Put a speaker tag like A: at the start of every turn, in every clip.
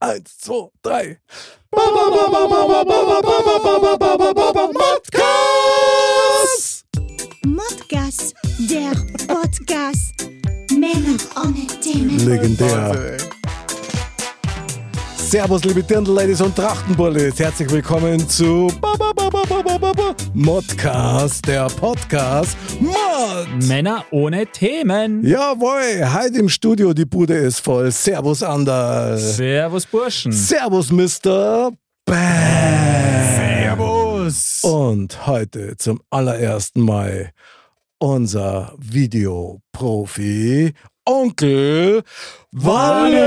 A: Eins, zwei, drei.
B: Modcast!
C: Modcast, der Podcast. Männer ohne Themen.
A: Legendär. Servus, liebe Dirndl-Ladies und Trachtenbullis. Herzlich willkommen zu Modcast, der Podcast Mod.
B: Männer ohne Themen.
A: Jawohl, heute im Studio, die Bude ist voll. Servus, Anderl.
B: Servus Burschen.
A: Servus, Mr. Bam.
B: Servus.
A: Und heute zum allerersten Mal unser Videoprofi Onkel Walle.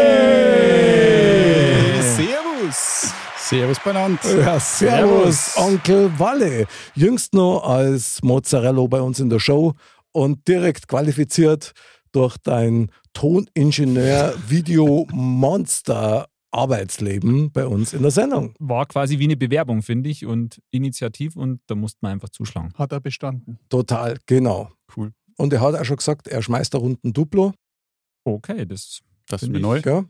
D: Servus! Servus benannt.
A: Ja, servus,
B: Servus.
A: Onkel Walle. Jüngst noch als Mozzarella bei uns in der Show und direkt qualifiziert durch dein Toningenieur Video Monster Arbeitsleben bei uns in der Sendung.
B: War quasi wie eine Bewerbung, finde ich, und initiativ und da musste man einfach zuschlagen.
D: Hat er bestanden.
A: Total, genau.
D: Cool.
A: Und er hat auch schon gesagt, er schmeißt da runden Duplo.
B: Okay, das
D: Das
B: Find
D: ist mir
B: ich.
D: neu.
A: Gell?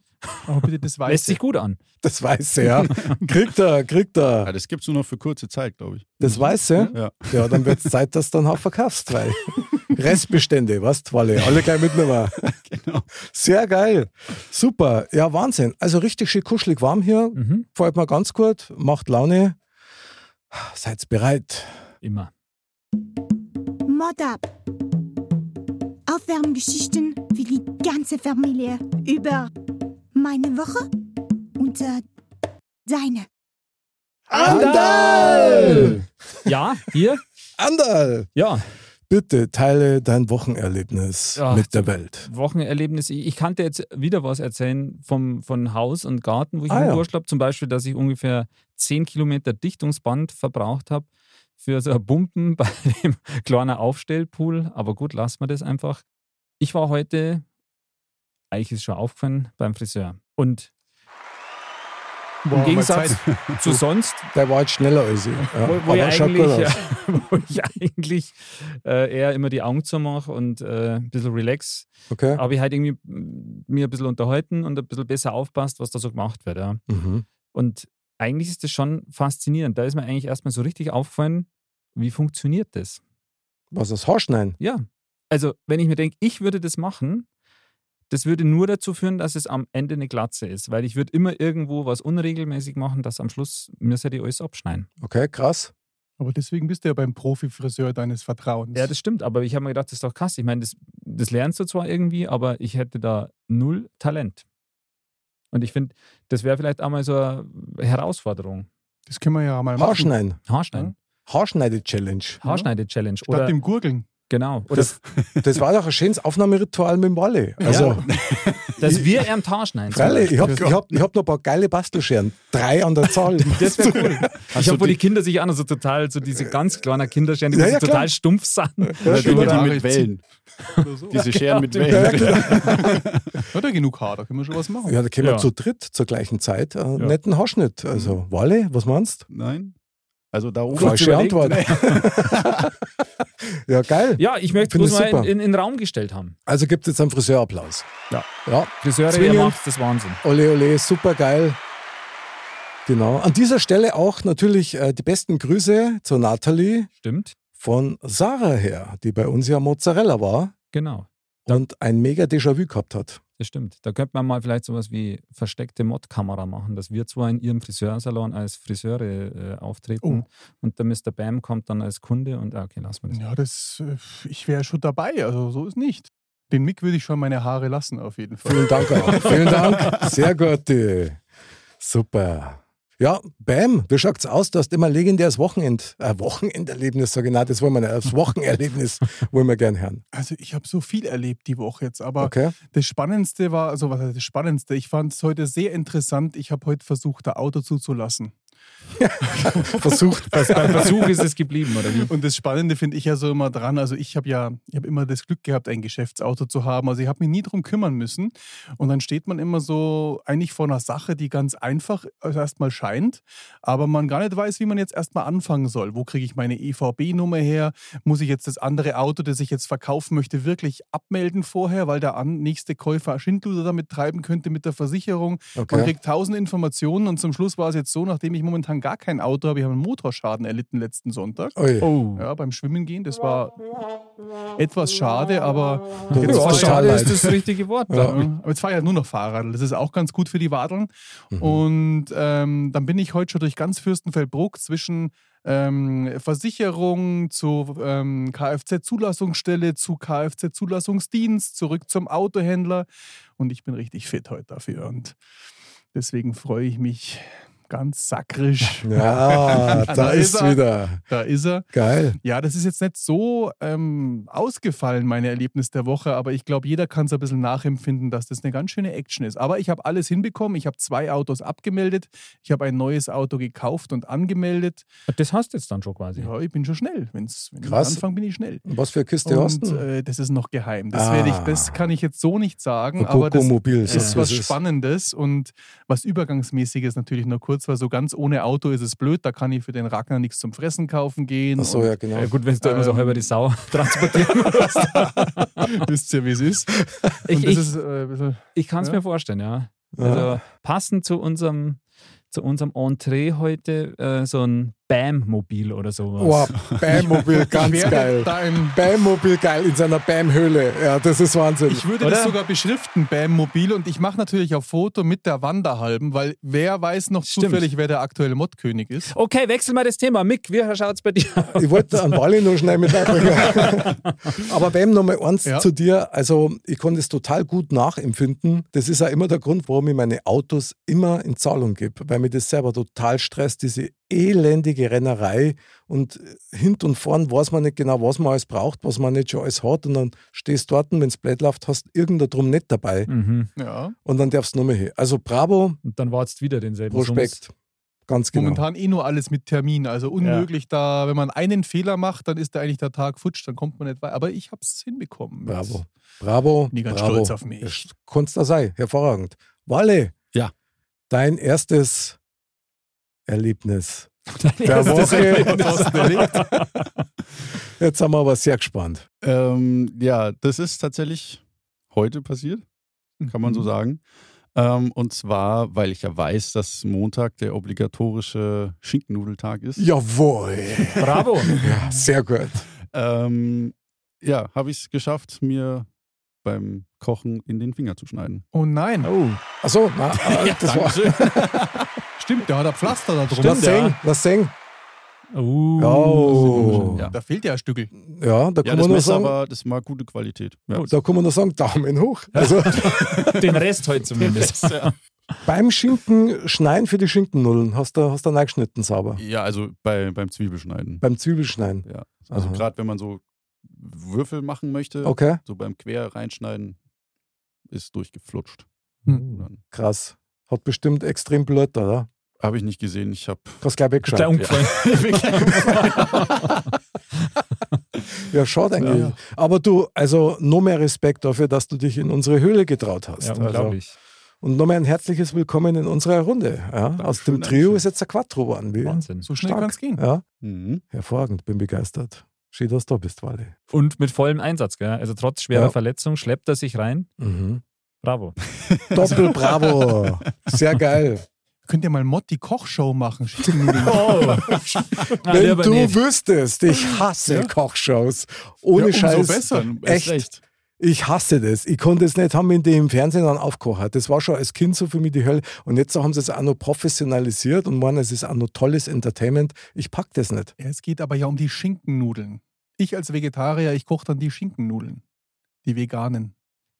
D: Aber bitte das
B: lässt
D: Weiße.
B: sich gut an.
A: Das Weiße, ja. Kriegt er, kriegt
E: Ja,
A: er.
E: das gibt es nur noch für kurze Zeit, glaube ich.
A: Das Weiße?
E: Ja.
A: Ja, dann wird es Zeit, dass du dann auch verkaufst, weil Restbestände, weißt du, Walle, alle gleich mitnehmen.
E: Genau.
A: Sehr geil. Super. Ja, Wahnsinn. Also richtig schön kuschelig warm hier.
B: Mhm.
A: Gefällt mir ganz gut. Macht Laune. Seid bereit.
B: Immer.
C: Mod ab. Aufwärmgeschichten für die ganze Familie über meine Woche und äh, deine.
A: Andal!
B: Ja, hier?
A: Andal!
B: Ja,
A: Bitte teile dein Wochenerlebnis
B: Ja.
A: mit der Welt.
B: Wochenerlebnis. Ich, ich kannte jetzt wieder was erzählen vom, von Haus und Garten, wo ich
A: Ah,
B: ah,
A: ja.
B: habe. Zum Beispiel, dass ich ungefähr 10 Kilometer Dichtungsband verbraucht habe für so ein Pumpen bei dem kleinen Aufstellpool. Aber gut, lassen wir das einfach. Ich war heute, eigentlich ist schon aufgefallen, beim Friseur. Und im Gegensatz zu sonst
A: Der war jetzt schneller als ich. Ja,
B: wo, wo, ich
A: aber schaut gut
B: eigentlich,
A: aus.
B: wo ich eigentlich äh, eher immer die Augen zumache und äh, ein bisschen relax
A: Okay.
B: habe ich halt irgendwie mm, mir ein bisschen unterhalten und ein bisschen besser aufpasst, was da so gemacht wird. Ja.
A: Mhm.
B: Und eigentlich ist das schon faszinierend. Da ist mir eigentlich erstmal so richtig aufgefallen, wie funktioniert das?
A: Was das Haarschneiden?
B: Ja. Also, wenn ich mir denke, ich würde das machen, das würde nur dazu führen, dass es am Ende eine Glatze ist, weil ich würde immer irgendwo was unregelmäßig machen, dass am Schluss mir die alles abschneiden.
A: Okay, krass.
D: Aber deswegen bist du ja beim Profi-Friseur deines Vertrauens.
B: Ja, das stimmt, aber ich habe mir gedacht, das ist doch krass. Ich meine, das, das lernst du zwar irgendwie, aber ich hätte da null Talent. Und ich finde, das wäre vielleicht einmal so eine Herausforderung.
D: Das können wir ja mal machen.
A: Haarschneiden.
B: Haarschneiden.
A: Haarschneide-Challenge.
B: Haarschneide-Challenge.
D: Statt
B: Oder,
D: dem Gurgeln.
B: genau. Oder
A: Das, das war doch ein schönes Aufnahmeritual mit dem Walle. Also,
B: dass wir ihm Haar schneiden.
A: freilich, ich habe ich hab, ich hab noch ein paar geile Bastelscheren. Drei an der Zahl.
B: Das wäre cool. Ich
E: du
B: habe, wo die
E: die-
B: Kinder sich an, so total, so diese ganz kleinen Kinderscheren, die
A: Also Äh, Ja,
B: ja,
A: ja,
B: total
A: klar.
B: stumpf sind.
D: Schöne
E: Oder Dinge, die
D: Nachricht.
E: mit Wellen.
D: Oder, so.
E: Diese Scheren mit
B: Ja,
E: Wellen.
A: genau.
D: Hat er genug Haar, da können wir schon was machen.
A: Ja, da können wir
B: Ja.
A: zu dritt zur gleichen Zeit einen netten Haarschnitt. Also, Walle, was meinst
E: Nein? Also da
A: du?
E: oben.
A: Falsche
B: überlegt.
A: Antwort. ja, geil.
B: Ja, ich möchte
A: Finde
B: bloß
A: ich
B: mal in,
A: super.
B: in, in den Raum gestellt haben.
A: Also gibt es jetzt einen Friseurapplaus.
B: Ja.
A: Ja,
B: Friseure, ihr
A: Zwingend.
B: macht das Wahnsinn.
A: Ole, ole, super geil. Genau. An dieser Stelle auch natürlich äh, die besten Grüße zur Nathalie
B: Stimmt?
A: von Sarah her, die bei uns ja Mozzarella war
B: Genau.
A: und ein mega Déjà-vu gehabt hat.
B: Das stimmt. Da könnte man mal vielleicht sowas wie versteckte Modkamera machen, dass wir zwar in ihrem Friseursalon als Friseure äh, auftreten
D: Oh.
B: und der Mr. Bam kommt dann als Kunde und ah, okay, lassen wir das.
D: Ja, das, äh, ich wäre schon dabei, also so ist nicht. Den Mick würde ich schon meine Haare lassen, auf jeden Fall.
A: Vielen Dank auch. Vielen Dank. Sehr gut. äh, Super. Ja, Bam, wie schaut's aus? Du hast immer legendäres Wochenend, äh, Wochenenderlebnis, so genau, das wollen wir nicht. Das Wochenerlebnis wollen wir gern hören.
D: Also ich habe so viel erlebt die Woche jetzt, aber
A: Okay.
D: Das Spannendste war, also was heißt das Spannendste? Ich fand es heute sehr interessant. Ich habe heute versucht, ein Auto zuzulassen.
A: Versucht.
B: Also beim Versuch ist es geblieben, oder wie?
D: Und das Spannende finde ich ja so immer dran. Also ich habe ja, ich habe immer das Glück gehabt, ein Geschäftsauto zu haben. Also ich habe mich nie drum kümmern müssen. Und dann steht man immer so eigentlich vor einer Sache, die ganz einfach also erstmal scheint, aber man gar nicht weiß, wie man jetzt erstmal anfangen soll. Wo kriege ich meine EVB-Nummer her? Muss ich jetzt das andere Auto, das ich jetzt verkaufen möchte, wirklich abmelden vorher, weil der an- nächste Käufer Schindluder damit treiben könnte mit der Versicherung? Man
A: Okay.
D: kriegt tausend Informationen und zum Schluss war es jetzt so, nachdem ich momentan gar kein Auto habe, ich habe einen Motorschaden erlitten letzten Sonntag.
A: Ui.
B: Oh.
D: Ja, beim Schwimmen gehen, das war etwas schade, aber
A: Tut
D: jetzt
A: uns
D: war
A: total
D: schade.
A: leid.
B: ist das richtige Wort.
D: Ja, aber jetzt fahre ich halt nur noch Fahrrad. Das ist auch ganz gut für die Wadeln.
A: Mhm.
D: Und ähm, dann bin ich heute schon durch ganz Fürstenfeldbruck zwischen ähm, Versicherung zu ähm, Kfz-Zulassungsstelle, zu Kfz-Zulassungsdienst, zurück zum Autohändler. Und ich bin richtig fit heute dafür. Und deswegen freue ich mich ganz sakrisch.
A: Ja, da
D: Da
A: ist
D: ist er.
A: wieder.
D: Da ist er.
A: Geil.
D: Ja, das ist jetzt nicht so ähm, ausgefallen, meine Erlebnis der Woche, aber ich glaube, jeder kann es ein bisschen nachempfinden, dass das eine ganz schöne Action ist. Aber ich habe alles hinbekommen. Ich habe zwei Autos abgemeldet. Ich habe ein neues Auto gekauft und angemeldet.
B: Das hast du jetzt dann schon quasi.
D: Ja, ich bin schon schnell. Wenn's, wenn
A: Krass.
D: ich anfange, bin ich schnell.
A: Und Was für eine Kiste hast
D: Und
A: du?
D: äh, das ist noch geheim. Das,
A: Ah.
D: werde ich, das kann ich jetzt so nicht sagen,
A: Ein
D: aber das
A: Gogo-Mobil,
D: ist
A: sagst du,
D: was
A: es ist.
D: Spannendes und was Übergangsmäßiges natürlich nur kurz, weil so ganz ohne Auto ist es blöd. Da kann ich für den Ragnar nichts zum Fressen kaufen gehen.
A: Ach so,
D: und
A: ja, genau.
B: Ja, gut, wenn du immer so
D: Ähm,
B: halber die Sau transportieren musst.
D: Wisst ihr, wie es ist?
B: Ich,
D: Und das
B: ich,
D: ist äh, ein bisschen-
B: ich kann es
D: ja.
B: mir vorstellen, ja.
A: ja.
B: Also passend zu unserem, zu unserem Entree heute äh, so ein Bam-Mobil oder sowas.
A: Oh, Bam-Mobil, ganz
D: ich werde
A: geil.
D: Da ein,
A: Bam-Mobil geil in seiner Bam-Höhle. Ja, das ist Wahnsinn.
D: ich würde das
B: Oder?
D: sogar beschriften, Bam Mobil. Und ich mache natürlich auch Foto mit der Wanderhalben, weil wer weiß noch
B: Stimmt.
D: zufällig, wer der aktuelle Modkönig ist.
B: Okay, wechsel mal das Thema. Mick, wie schaut's bei dir aus?
A: Ich wollte an Wally noch schnell mit einbringen. Aber wem noch mal eins
D: Ja.
A: zu dir, also ich konnte es total gut nachempfinden. Das ist auch immer der Grund, warum ich meine Autos immer in Zahlung gebe, weil mir das selber total stresst, diese elendige Rennerei und hint und vorn weiß man nicht genau, was man alles braucht, was man nicht schon alles hat und dann stehst du dort und wenn es blöd läuft, hast irgendein drum nicht dabei
B: Mhm.
D: Ja.
A: und dann darfst du nur mehr hin. Also bravo,
B: Und dann wartest wieder denselben Sums.
A: Prospekt, ganz genau.
D: Momentan eh nur alles mit Termin. Also unmöglich da, wenn man einen Fehler macht, dann ist da eigentlich der Tag futsch, dann kommt man nicht weiter. Aber ich habe es hinbekommen. mit-
A: Bravo. Bravo.
D: Bin ich ganz
A: bravo.
D: stolz auf mich.
A: Kunst da sei, hervorragend. Walle.
E: Ja.
A: Dein erstes Erlebnis. Der
B: Das ist das
A: Woche.
D: Thorsten erlebt.
A: Jetzt sind wir aber sehr gespannt.
E: Ähm, ja, das ist tatsächlich heute passiert,
A: Mhm.
E: kann man so sagen. Ähm, und zwar, weil ich ja weiß, dass Montag der obligatorische Schinkennudeltag ist.
A: Jawohl.
B: Bravo.
A: Ja, sehr gut.
E: Ähm, ja, habe ich es geschafft, mir beim Kochen in den Finger zu schneiden.
D: Oh nein.
B: Oh.
A: Achso, na, äh, das war.
E: Dankeschön.
D: Stimmt, der hat ein Pflaster da drum.
A: Lass sehen, lass sehen.
B: Oh.
A: Oh.
E: Ja.
D: Da fehlt ja ein Stückel.
A: Ja, da kann
E: Ja, das
A: man nur
E: Messer
A: sagen, Oh,
E: war, das war gute Qualität. Ja.
A: da kann man nur sagen, Daumen hoch. Also
B: Den Rest heute zumindest.
A: beim Schinken schneiden für die Schinkennullen hast du, hast du eingeschnitten sauber.
E: Ja, also bei, beim Zwiebelschneiden.
A: Beim Zwiebelschneiden.
E: Ja. Also
A: Aha.
E: gerade wenn man so Würfel machen möchte,
A: Okay,
E: so beim Quer reinschneiden, ist durchgeflutscht.
D: Hm.
E: Dann
A: krass. Hat bestimmt extrem Blut, oder?
E: habe ich nicht gesehen. Ich habe
A: Hast gleich
B: Gleich
A: weggeschaut.
B: umgefallen.
A: Ja, schade eigentlich.
E: Ja.
A: Aber du, also noch mehr Respekt dafür, dass du dich in unsere Höhle getraut hast.
B: Ja,
A: also,
B: unglaublich.
A: und noch mehr ein herzliches Willkommen in unserer Runde. Ja, aus dem Trio
E: Dankeschön, Dankeschön.
A: ist jetzt der Quattro geworden. Wie?
B: Wahnsinn.
D: So schnell
A: Also, Stark.
D: kann es gehen.
A: Ja,
E: mhm.
A: hervorragend, bin begeistert. Schön, dass du da bist, Wally.
B: Und mit vollem Einsatz, gell? Also trotz schwerer
A: Ja.
B: Verletzung schleppt er sich rein.
A: Mhm.
B: Bravo.
D: Also-
A: Doppel Bravo. Sehr geil.
D: Könnt ihr mal Motti Kochshow machen? Schinkennudeln.
B: Oh.
A: Wenn du wüsstest, ich hasse Kochshows. Ohne
D: Ja, umso
A: Scheiß.
D: besser.
E: Dann erst
A: Echt?
E: recht.
A: Ich hasse das. Ich konnte es nicht haben, wenn die im Fernsehen dann aufkochen. Das war schon als Kind so für mich die Hölle. Und jetzt haben sie es auch noch professionalisiert und meinen, es ist auch noch tolles Entertainment. Ich pack das nicht.
D: Ja, Es geht aber ja um die Schinkennudeln. Ich als Vegetarier, ich koche dann die Schinkennudeln. Die veganen.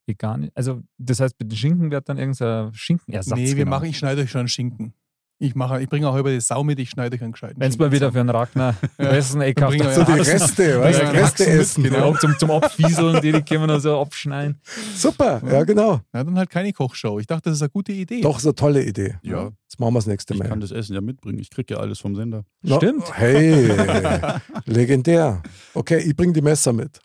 B: Vegan. Also, das heißt, mit dem Schinken wird dann irgendein Schinkenersatz.
D: nee, wir
B: gemacht.
D: genau. machen, ich schneide euch schon einen Schinken. Ich, mache, ich bringe auch über die Sau mit, ich schneide keinen gescheiten
B: Wenn es mal wieder für einen Ragnar Essen Eck
D: Dann bring
B: habt,
D: ich
A: So die
D: Ja, Haxen.
A: Reste, weißt, du,
D: Ja,
A: Reste
D: Haxen mit,
A: essen.
B: genau, zum, zum Abfieseln, die, die können wir noch so abschneiden.
A: Super, ja genau.
D: Na, dann halt keine Kochshow. Ich dachte, das ist eine gute Idee.
A: Doch, so eine tolle Idee.
E: Ja.
A: Jetzt machen wir das nächste
E: Ich kann
A: Mal.
E: das Essen ja mitbringen. Ich kriege ja alles vom Sender.
A: Na,
B: Stimmt.
A: Hey, legendär. Okay, ich bringe die Messer mit.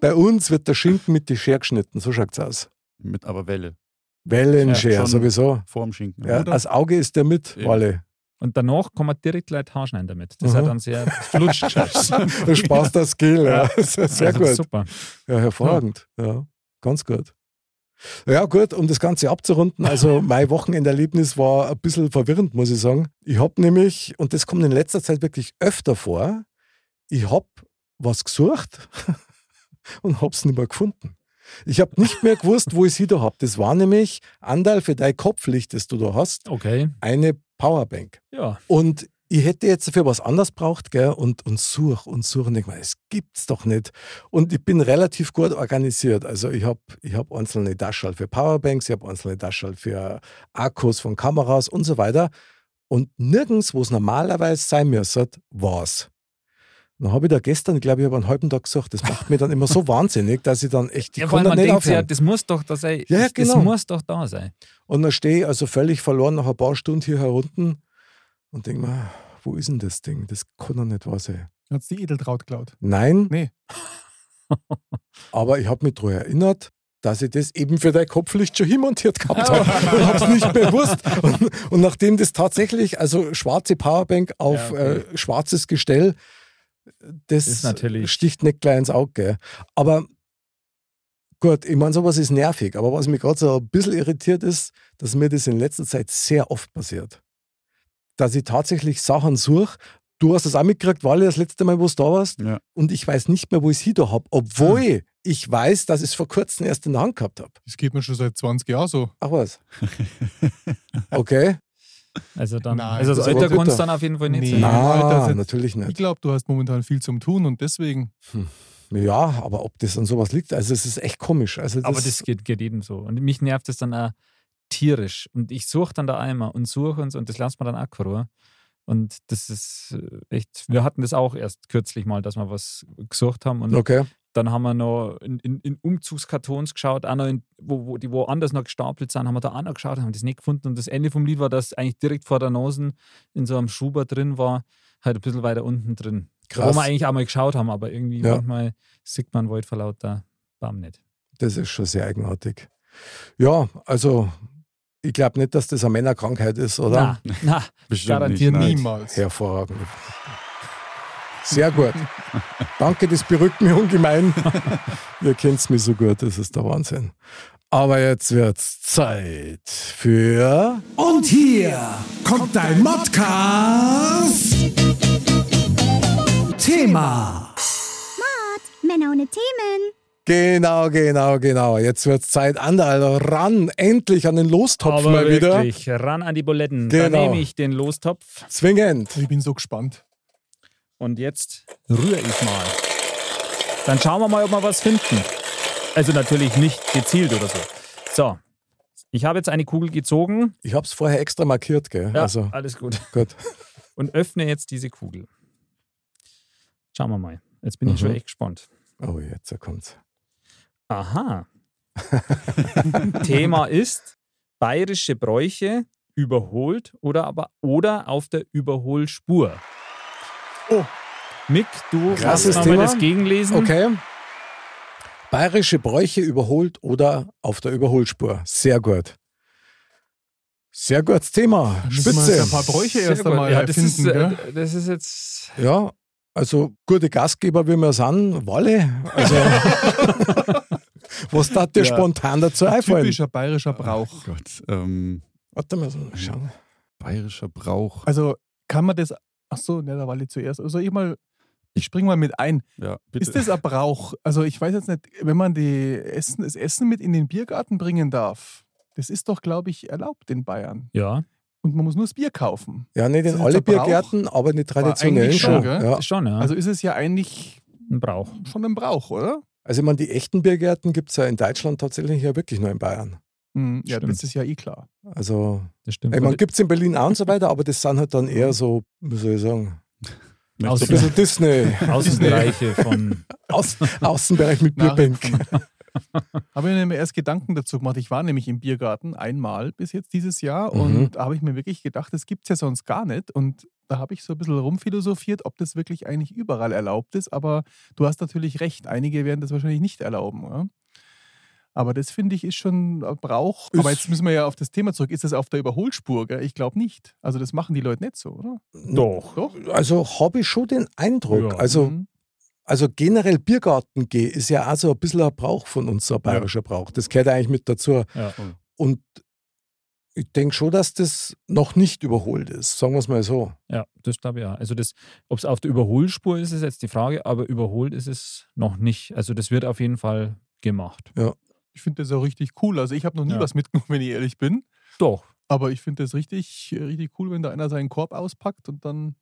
A: Bei uns wird der Schinken mit die Schere geschnitten, so schaut's aus.
E: Mit aber Welle.
A: Wellenschere,
E: Ja, schon.
A: sowieso.
E: Vorm Schinken.
A: Ja,
E: Oder?
A: als Auge ist der mit,
E: Eben.
A: Walle.
B: Und danach kann man direkt Leute Haar schneiden damit. Das
A: Mhm.
B: hat dann sehr flutscht.
A: Da Spaß der Skill, ja. Sehr sehr
B: Also
A: gut.
B: Super.
A: Ja, hervorragend. Ja, ganz gut. Ja, gut, um das Ganze abzurunden, also mein Wochenenderlebnis war ein bisschen verwirrend, muss ich sagen. Ich habe nämlich, und das kommt in letzter Zeit wirklich öfter vor, ich habe was gesucht und habe es nicht mehr gefunden. Ich habe nicht mehr gewusst, wo ich es wieder habe. Das war nämlich, Andal, für dein Kopflicht, das du da hast,
B: Okay.
A: eine Powerbank.
B: Ja.
A: Und ich hätte jetzt für was anderes braucht, gell, und, und such und such und denk mal, es gibt's doch nicht. Und ich bin relativ gut organisiert. Also ich habe ich hab einzelne Taschen für Powerbanks, ich habe einzelne Taschen für Akkus von Kameras und so weiter. Und nirgends, wo es normalerweise sein müsste, war's. Dann habe ich da gestern, ich glaube ich, habe einen halben Tag gesucht. Das macht mir dann immer so wahnsinnig, dass ich dann echt, ich
B: ja
A: ja,
B: vor
A: kann dann
B: allem, man
A: nicht
B: denkt sich ja,
A: aufhören.
B: das muss doch da sein.
A: Ja, ja,
B: Das-
A: genau.
B: Das muss doch da sein.
A: Und dann stehe ich also völlig verloren nach ein paar Stunden hier herunten und denke mir, wo ist denn das Ding? Das kann doch nicht wahr sein.
D: Hat's die Edeltraut geklaut.
A: Nein.
D: Nee.
A: Aber ich habe mich daran erinnert, dass ich das eben für dein Kopflicht schon hinmontiert gehabt habe und habe es nicht mehr gewusst. Und, und nachdem das tatsächlich, also schwarze Powerbank auf
B: Ja, okay.
A: äh, schwarzes Gestell, das
B: Ist natürlich-
A: sticht nicht gleich ins Auge. Gell. Aber gut, ich meine, sowas ist nervig. Aber was mich gerade so ein bisschen irritiert ist, dass mir das in letzter Zeit sehr oft passiert. Dass ich tatsächlich Sachen suche. Du hast das auch mitgekriegt, Wally, das letzte Mal, wo du da warst
E: Ja.
A: und ich weiß nicht mehr, wo ich sie da habe, obwohl ich weiß, dass ich es vor kurzem erst in der Hand gehabt habe.
D: Das geht mir schon seit 20 Jahren so.
A: Ach was. Okay.
B: Also dann,
D: Nein,
B: also das
A: das war
B: Alter kann es
A: bitter.
B: dann auf jeden Fall nicht
D: Nee.
B: sein.
A: Na,
D: das jetzt-
A: natürlich
D: Ich
A: nicht.
D: glaube, du hast momentan viel zum Tun und deswegen.
A: Ja, aber ob das an sowas liegt, also es ist echt komisch. Also das,
B: Aber das geht, geht jedem so. Und mich nervt das dann auch tierisch. Und ich suche dann da einmal und suche uns und das lasst man dann auch keine Ruhe. Und das ist äh, echt, wir hatten das auch erst kürzlich mal, dass wir was gesucht haben. Und
A: Okay.
B: dann haben wir noch in, in, in Umzugskartons geschaut, auch noch in, wo, wo die woanders noch gestapelt sind, haben wir da auch noch geschaut, haben das nicht gefunden. Und das Ende vom Lied war, dass eigentlich direkt vor der Nase in so einem Schuber drin war, halt ein bisschen weiter unten drin. Wo
A: Krass.
B: wir eigentlich auch mal geschaut haben, aber irgendwie
A: Ja.
B: manchmal sieht man Wald vor lauter Baum nicht.
A: Das ist schon sehr eigenartig. Ja, also ich glaube nicht, dass das eine Männerkrankheit ist, oder?
B: Na, na,
E: Bestimmt
B: Garantiert
E: nicht. Nein.
D: Niemals.
A: Hervorragend. Sehr gut. Danke, das berührt mich ungemein. Ihr kennt mich so gut, das ist der Wahnsinn. Aber jetzt wird's Zeit für.
F: Und hier kommt dein Modcast. Thema.
C: Männer ohne Themen.
A: Genau, genau, genau. Jetzt wird's Zeit, Anderl, ran, endlich an den Lostopf
B: aber
A: mal wieder.
B: wirklich, ran an die Buletten. Da
A: Genau.
B: nehme ich den Lostopf
A: Zwingend.
D: Ich bin so gespannt.
B: und jetzt rühre ich mal. Dann schauen wir mal, ob wir was finden. Also natürlich nicht gezielt oder so. So, ich habe jetzt eine Kugel gezogen.
A: Ich hab's vorher extra markiert, gell?
B: Ja,
A: Also
B: alles gut.
A: gut.
B: Und öffne jetzt diese Kugel. Schauen wir mal. Jetzt bin
A: Mhm.
B: ich schon echt gespannt.
A: Oh, jetzt kommt's.
B: Aha. Thema ist bayerische Bräuche überholt oder aber oder auf der Überholspur.
A: Oh.
B: Mick, du kannst
A: Krasses
B: mal
A: Thema.
B: das gegenlesen.
A: Okay. Bayerische Bräuche überholt oder auf der Überholspur. Sehr gut. Sehr gutes Thema.
D: Müssen wir jetzt ein paar
A: Spitze.
D: Bräuche
B: Sehr
D: erst
B: gut.
D: einmal
B: ja, das,
D: erfinden,
B: ist,
D: gell?
B: äh, das ist jetzt
A: Ja, also gute Gastgeber, wie wir sind, Walle. Also, was tat dir
E: Ja.
A: spontan dazu einfallen?
D: Typischer bayerischer Brauch.
E: Gott. Ähm,
A: Warte mal, so schauen.
E: bayerischer Brauch.
D: Also kann man das. Achso, ne, da war ich zuerst. Also ich mal. Ich spring mal mit ein.
E: Ja,
D: Ist
E: bitte.
D: das ein Brauch? Also ich weiß jetzt nicht, wenn man die Essen, das Essen mit in den Biergarten bringen darf. Das ist doch, glaube ich, erlaubt in Bayern.
B: ja
D: Und man muss nur das Bier kaufen.
A: Ja, nicht
D: Ist
A: in
D: das
A: alle
D: der Brauch?
A: Biergärten, aber in die traditionellen
D: eigentlich schon,
A: schon.
D: gell?
A: ja.
B: ist schon ja,
D: Also ist es ja eigentlich
B: ein Brauch.
D: schon ein Brauch, oder?
A: Also ich meine, die echten Biergärten gibt es ja in Deutschland tatsächlich ja wirklich nur in Bayern.
D: Mhm. Ja,
B: Stimmt.
D: das ist ja eh klar.
A: Also,
B: Das stimmt.
A: ich meine, gibt es in Berlin auch und so weiter, aber das sind halt dann eher so, wie soll ich sagen, so
B: Aus-
A: ein bisschen Disney,
B: Außenbereiche von.
A: Aus, Außenbereich mit Bierbank.
D: Nachrichten. habe ich mir erst Gedanken dazu gemacht. Ich war nämlich im Biergarten einmal bis jetzt dieses Jahr
A: Mhm.
D: und da habe ich mir wirklich gedacht, das gibt es ja sonst gar nicht. Und da habe ich so ein bisschen rumphilosophiert, ob das wirklich eigentlich überall erlaubt ist. Aber du hast natürlich recht, einige werden das wahrscheinlich nicht erlauben. Oder? Aber das finde ich ist schon ein Brauch. Aber
A: Ist-
D: jetzt müssen wir ja auf das Thema zurück. Ist das auf der Überholspur? Gell? Ich glaube nicht. Also das machen die Leute nicht so, oder?
A: Doch.
D: Doch?
A: Also habe ich schon den Eindruck.
B: Ja.
A: Also,
D: Mhm.
A: also generell Biergarten gehen ist ja auch so ein bisschen ein Brauch von uns, so ein bayerischer Brauch. Das gehört eigentlich mit dazu.
B: Ja.
A: Und ich denke schon, dass das noch nicht überholt ist, sagen wir es mal so.
B: Ja, das glaube ich auch. Also das, ob es auf der Überholspur ist, ist jetzt die Frage, aber überholt ist es noch nicht. Also das wird auf jeden Fall gemacht.
D: Ich finde das auch richtig cool. Also ich habe noch nie
B: Ja.
D: was mitgenommen, wenn ich ehrlich bin.
B: Doch.
D: Aber ich finde das richtig, äh, richtig cool, wenn da einer seinen Korb auspackt und dann,
A: Und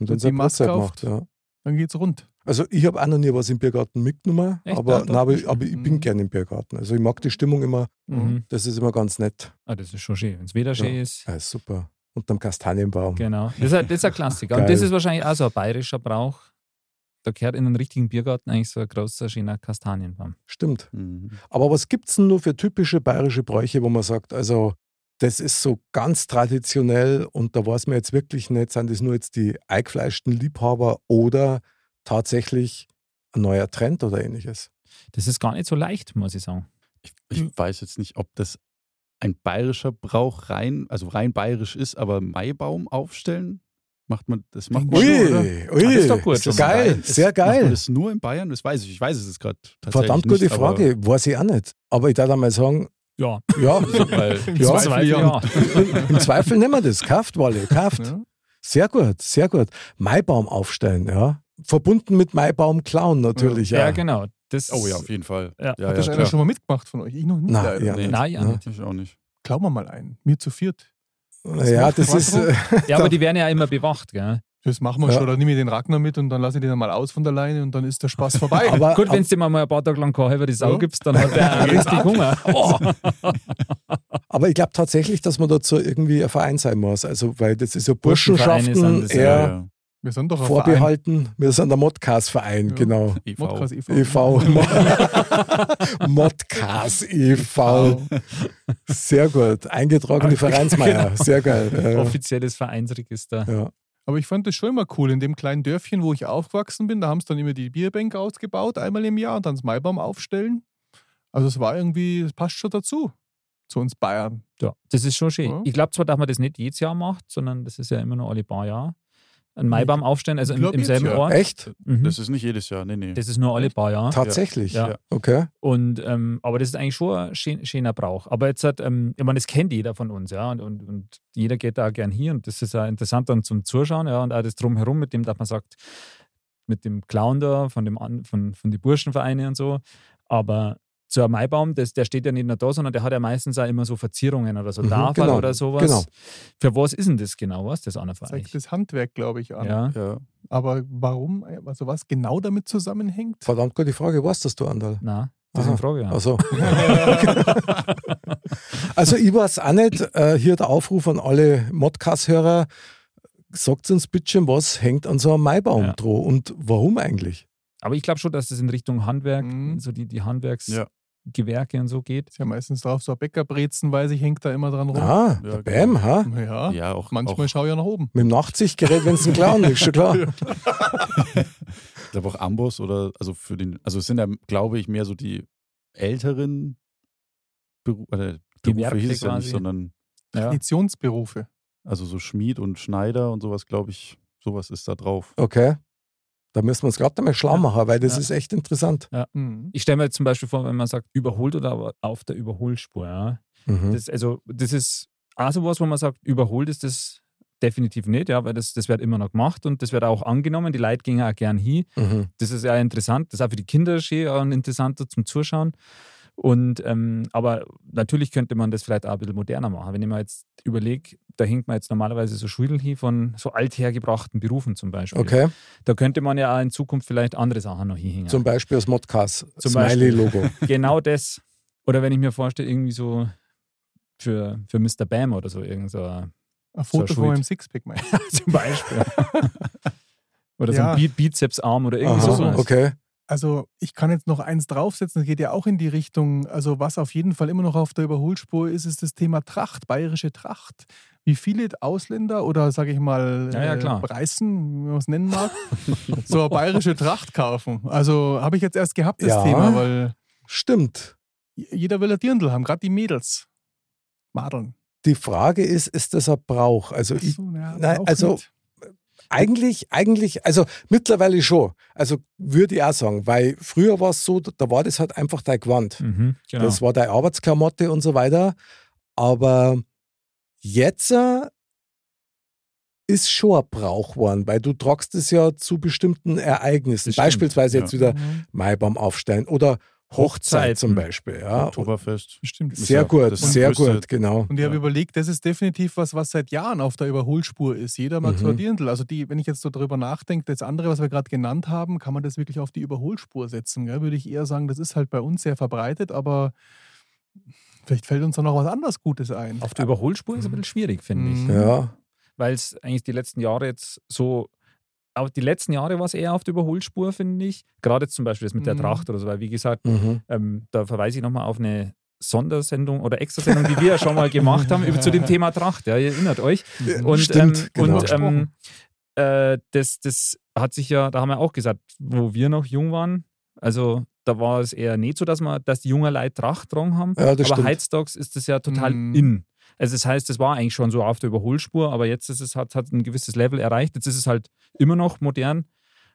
D: Und
A: dann
D: die
A: seine
D: Maske
A: Brotzeit
D: auf-
A: macht. Ja.
D: dann geht's rund.
A: Also ich habe auch noch nie was im Biergarten mitgenommen,
B: Echt?
A: aber,
B: Ah, doch.
A: nein, aber, ich- aber ich bin
D: Mhm.
A: gern im Biergarten. Also ich mag die Stimmung immer,
B: Mhm.
A: das ist immer ganz nett.
B: Ah, das ist schon schön. Wenn es weder schön ist.
A: Ja, ist super. Unterm Kastanienbaum.
B: Genau. Das ist, ein- das ist ein Klassiker. Und
A: Geil.
B: das ist wahrscheinlich auch so ein bayerischer Brauch. Da gehört in einen richtigen Biergarten eigentlich so ein großer, schöner Kastanienbaum.
A: Stimmt.
E: Mhm.
A: Aber was gibt es denn nur für typische bayerische Bräuche, wo man sagt, also das ist so ganz traditionell und da weiß man jetzt wirklich nicht, sind das nur jetzt die eingefleischten Liebhaber oder tatsächlich ein neuer Trend oder ähnliches?
B: Das ist gar nicht so leicht, muss ich sagen.
E: Ich, ich weiß jetzt nicht, ob das ein bayerischer Brauch rein, also rein bayerisch ist, aber Maibaum aufstellen, macht man, das macht man
A: Ui,
E: schon, oder?
A: ui,
B: Ah, das ist doch gut.
A: das
B: schon mal.
A: geil,
E: Ist-
A: sehr
E: Macht man
A: geil.
E: das nur in Bayern? Das weiß ich. Ich weiß es jetzt gerade tatsächlich
A: Verdammt
E: nicht,
A: gute Frage, weiß ich auch nicht. Aber ich darf mal sagen,
B: Ja,
A: ja,
E: Aber,
A: Ja,
E: weil,
B: im Zweifel ja.
A: im Zweifel nehmen wir das. Kauft, Walle, kauft.
D: Ja.
A: Sehr gut, sehr gut. Maibaum aufstellen, ja. Verbunden mit Maibaum klauen natürlich.
B: Ja,
A: Ja,
B: genau. Das,
E: oh ja, auf jeden Fall.
B: Ja.
E: ja,
D: Hat das
E: ja,
D: einer
E: klar.
D: schon mal mitgemacht von euch? Ich noch nicht.
A: Nein,
D: leider.
A: ja.
E: Nee,
B: Nein, ja,
A: ne?
B: nicht.
E: Ich auch nicht.
D: Klauen wir mal einen. Mir zu viert.
A: ja das ist. Äh,
B: ja, aber die werden ja immer bewacht, gell?
D: Das machen wir
A: Ja.
D: schon. Dann nehme ich den Ragnar mit und dann lasse ich den mal aus von der Leine und dann ist der Spaß vorbei.
A: Ah, aber,
B: Gut, wenn du dem mal ein paar Tage lang keine halbe die Sau
D: Ja.
B: gibst, dann hat der auch richtig Hunger.
A: aber ich glaube tatsächlich, dass man dazu irgendwie ein Verein sein muss. Also, weil das ist ja
B: Burschenvereine
A: Burschenschaften
B: sind das, ja,
E: Ja,
A: eher
E: ja.
D: wir sind doch ein Verein.
A: vorbehalten. Wir sind der Modcast-Verein,
D: Ja.
A: genau.
E: EV.
D: Modcast e.V.
A: e.V. Modcast e.V. Sehr gut. Eingetragene Vereinsmeier. Sehr geil.
B: Offizielles Vereinsregister.
A: Ja. Ja.
D: Aber ich fand das schon immer cool. In dem kleinen Dörfchen, wo ich aufgewachsen bin, da haben sie dann immer die Bierbänke ausgebaut, einmal im Jahr und dann das Maibaum aufstellen. Also es war irgendwie, es passt schon dazu. Zu uns Bayern.
B: Ja, das ist schon schön.
D: Ja.
B: Ich glaube zwar, dass man das nicht jedes Jahr macht, sondern das ist ja immer nur alle paar Jahre. Ein Maibaum aufstellen, also
D: Ich
B: im,
D: glaub,
B: im
D: jedes
B: selben
D: Jahr.
B: Ort.
A: Äh, Echt?
B: Mhm.
E: Das ist nicht jedes Jahr, nee, nee.
B: Das ist nur alle paar Jahre.
A: Tatsächlich.
B: Ja. ne?
A: Okay.
B: Und, ähm, aber das ist eigentlich schon ein schön, schöner Brauch. Aber jetzt hat, ähm, ich meine, das kennt jeder von uns, ja, und, und, und jeder geht da auch gern hier und das ist auch interessant dann zum Zuschauen, ja, und auch das Drumherum, mit dem, dass man sagt, mit dem Clown da, von, dem, an- von, von den Burschenvereine und so. Aber so ein Maibaum, das, der steht ja nicht nur da, sondern der hat ja meistens auch immer so Verzierungen oder so
A: Mhm,
B: Tafel
A: genau,
B: oder sowas.
A: genau.
B: Für was ist denn das genau, was das an
D: Zeigt das Handwerk, glaube ich, an.
B: Ja,
E: ja.
D: Aber warum, also was genau damit zusammenhängt?
A: Verdammt gute Frage. Weißt das du, Andal?
B: na, das
A: Aha.
B: ist eine Frage. Ja.
A: Also, also ich weiß auch nicht, äh, hier der Aufruf an alle Modcast-Hörer, sagt uns bitte, was hängt an so einem Maibaum
B: Ja.
A: dran und warum eigentlich?
B: Aber ich glaube schon, dass das in Richtung Handwerk,
D: Mhm.
B: so die, die
E: Ja.
B: Handwerksgewerke und so geht.
D: Ist ja meistens drauf, so ein Bäckerbrezen, weiß ich, hängt da immer dran rum.
A: Ah,
E: Ja,
A: der Bam, ha?
D: Ja,
E: Ja, auch,
D: manchmal
E: auch,
D: schau ich ja nach oben.
A: Mit dem Nachtsichtgerät, wenn es ein Clown ist, schon klar.
E: ich glaube auch Amboss oder also für den, also es sind ja, glaube ich, mehr so die älteren Beru oder Berufe
B: Gewerke
E: hieß es ja
B: quasi.
E: nicht, sondern
B: Ja.
D: Traditionsberufe.
E: also so Schmied und Schneider und sowas, glaube ich, sowas ist da drauf.
A: Okay. Da müssen wir uns gerade einmal schlau machen, weil das
B: Ja.
A: ist echt interessant.
D: Mhm.
B: Ich stelle mir jetzt zum Beispiel vor, wenn man sagt, überholt oder aber auf der Überholspur. Ja.
A: Mhm.
B: Das, also, das ist auch sowas, wo man sagt, überholt ist das definitiv nicht, ja, weil das, das wird immer noch gemacht und das wird auch angenommen. Die Leute gehen auch gern hin.
A: Mhm.
B: Das ist ja interessant. Das ist auch für die Kinder schön und interessanter zum Zuschauen. Und ähm, aber natürlich könnte man das vielleicht auch ein bisschen moderner machen. Wenn ich mir jetzt überlege, da hängt man jetzt normalerweise so Schüdel hin von so althergebrachten Berufen zum Beispiel.
A: Okay,
B: Da könnte man ja auch in Zukunft vielleicht andere Sachen noch hinhängen.
A: zum Beispiel das Modcast,
B: Zum Beispiel.
A: Smiley-Logo.
B: genau das. Oder wenn ich mir vorstelle, irgendwie so für, für Mr. Bam oder so irgend so ein-
D: Ein Foto von
B: sweet.
D: meinem Sixpack, meinst du?
B: zum Beispiel. oder so
D: Ja.
B: ein Bi Bizepsarm oder irgendwie
A: Aha,
B: sowas.
A: okay.
D: Also ich kann jetzt noch eins draufsetzen, das geht ja auch in die Richtung, also was auf jeden Fall immer noch auf der Überholspur ist, ist das Thema Tracht, bayerische Tracht. Wie viele Ausländer oder sage ich mal äh,
B: Ja, ja, klar.
D: Preisen, wie man es nennen mag, so eine bayerische Tracht kaufen. Also habe ich jetzt erst gehabt, das
A: Ja.
D: Thema, weil
A: Stimmt.
D: jeder will ein Dirndl haben, gerade die Mädels. Madeln.
A: Die Frage ist, ist das ein Brauch? Also ich,
D: So, na ja,
A: nein,
D: auch
A: also-
D: nicht.
A: Eigentlich, eigentlich, also mittlerweile schon. Also würde ich auch sagen, weil früher war es so, da war das halt einfach dein Gewand.
B: Mhm, genau.
A: Das war deine Arbeitsklamotte und so weiter. Aber jetzt äh, ist schon ein Brauch geworden, weil du tragst es ja zu bestimmten Ereignissen.
E: Das stimmt,
A: Beispielsweise
E: ja.
A: jetzt wieder Maibaum aufstellen oder Hochzeit
B: Hochzeiten.
A: zum Beispiel. Ja.
E: Oktoberfest.
D: Stimmt.
A: Sehr
E: ja
A: gut,
E: das
A: sehr
E: größte-
A: gut, genau.
D: Und ich habe
E: Ja.
D: überlegt, das ist definitiv was, was seit Jahren auf der Überholspur ist. Jeder mag so ein
A: Mhm.
D: Dirndl. Also die, wenn ich jetzt so drüber nachdenke, das andere, was wir gerade genannt haben, kann man das wirklich auf die Überholspur setzen. Gell? Würde ich eher sagen, das ist halt bei uns sehr verbreitet, aber vielleicht fällt uns da noch was anderes Gutes ein.
B: Auf der Überholspur ist ein bisschen schwierig, finde ich.
D: Mhm.
A: Ja.
B: Weil es eigentlich die letzten Jahre jetzt so. Aber die letzten Jahre war es eher auf der Überholspur, finde ich. Gerade jetzt zum Beispiel das mit der
D: Mhm.
B: Tracht oder so, weil wie gesagt,
A: Mhm.
B: ähm, da verweise ich nochmal auf eine Sondersendung oder Extrasendung, die wir ja schon mal gemacht haben, über, zu dem Thema Tracht, ja, ihr erinnert euch.
D: Äh,
B: Und,
A: Stimmt,
B: ähm,
A: genau.
B: und ähm, äh, das, das hat sich ja, da haben wir auch gesagt, wo wir noch jung waren, also da war es eher nicht so, dass man, dass die jungen Leute Tracht dran haben.
A: Ja, das
B: aber
A: stimmt.
B: heutzutage ist das ja total
D: Mhm.
B: in. Also das heißt, es war eigentlich schon so auf der Überholspur, aber jetzt ist es, hat, hat ein gewisses Level erreicht. Jetzt ist es halt immer noch modern,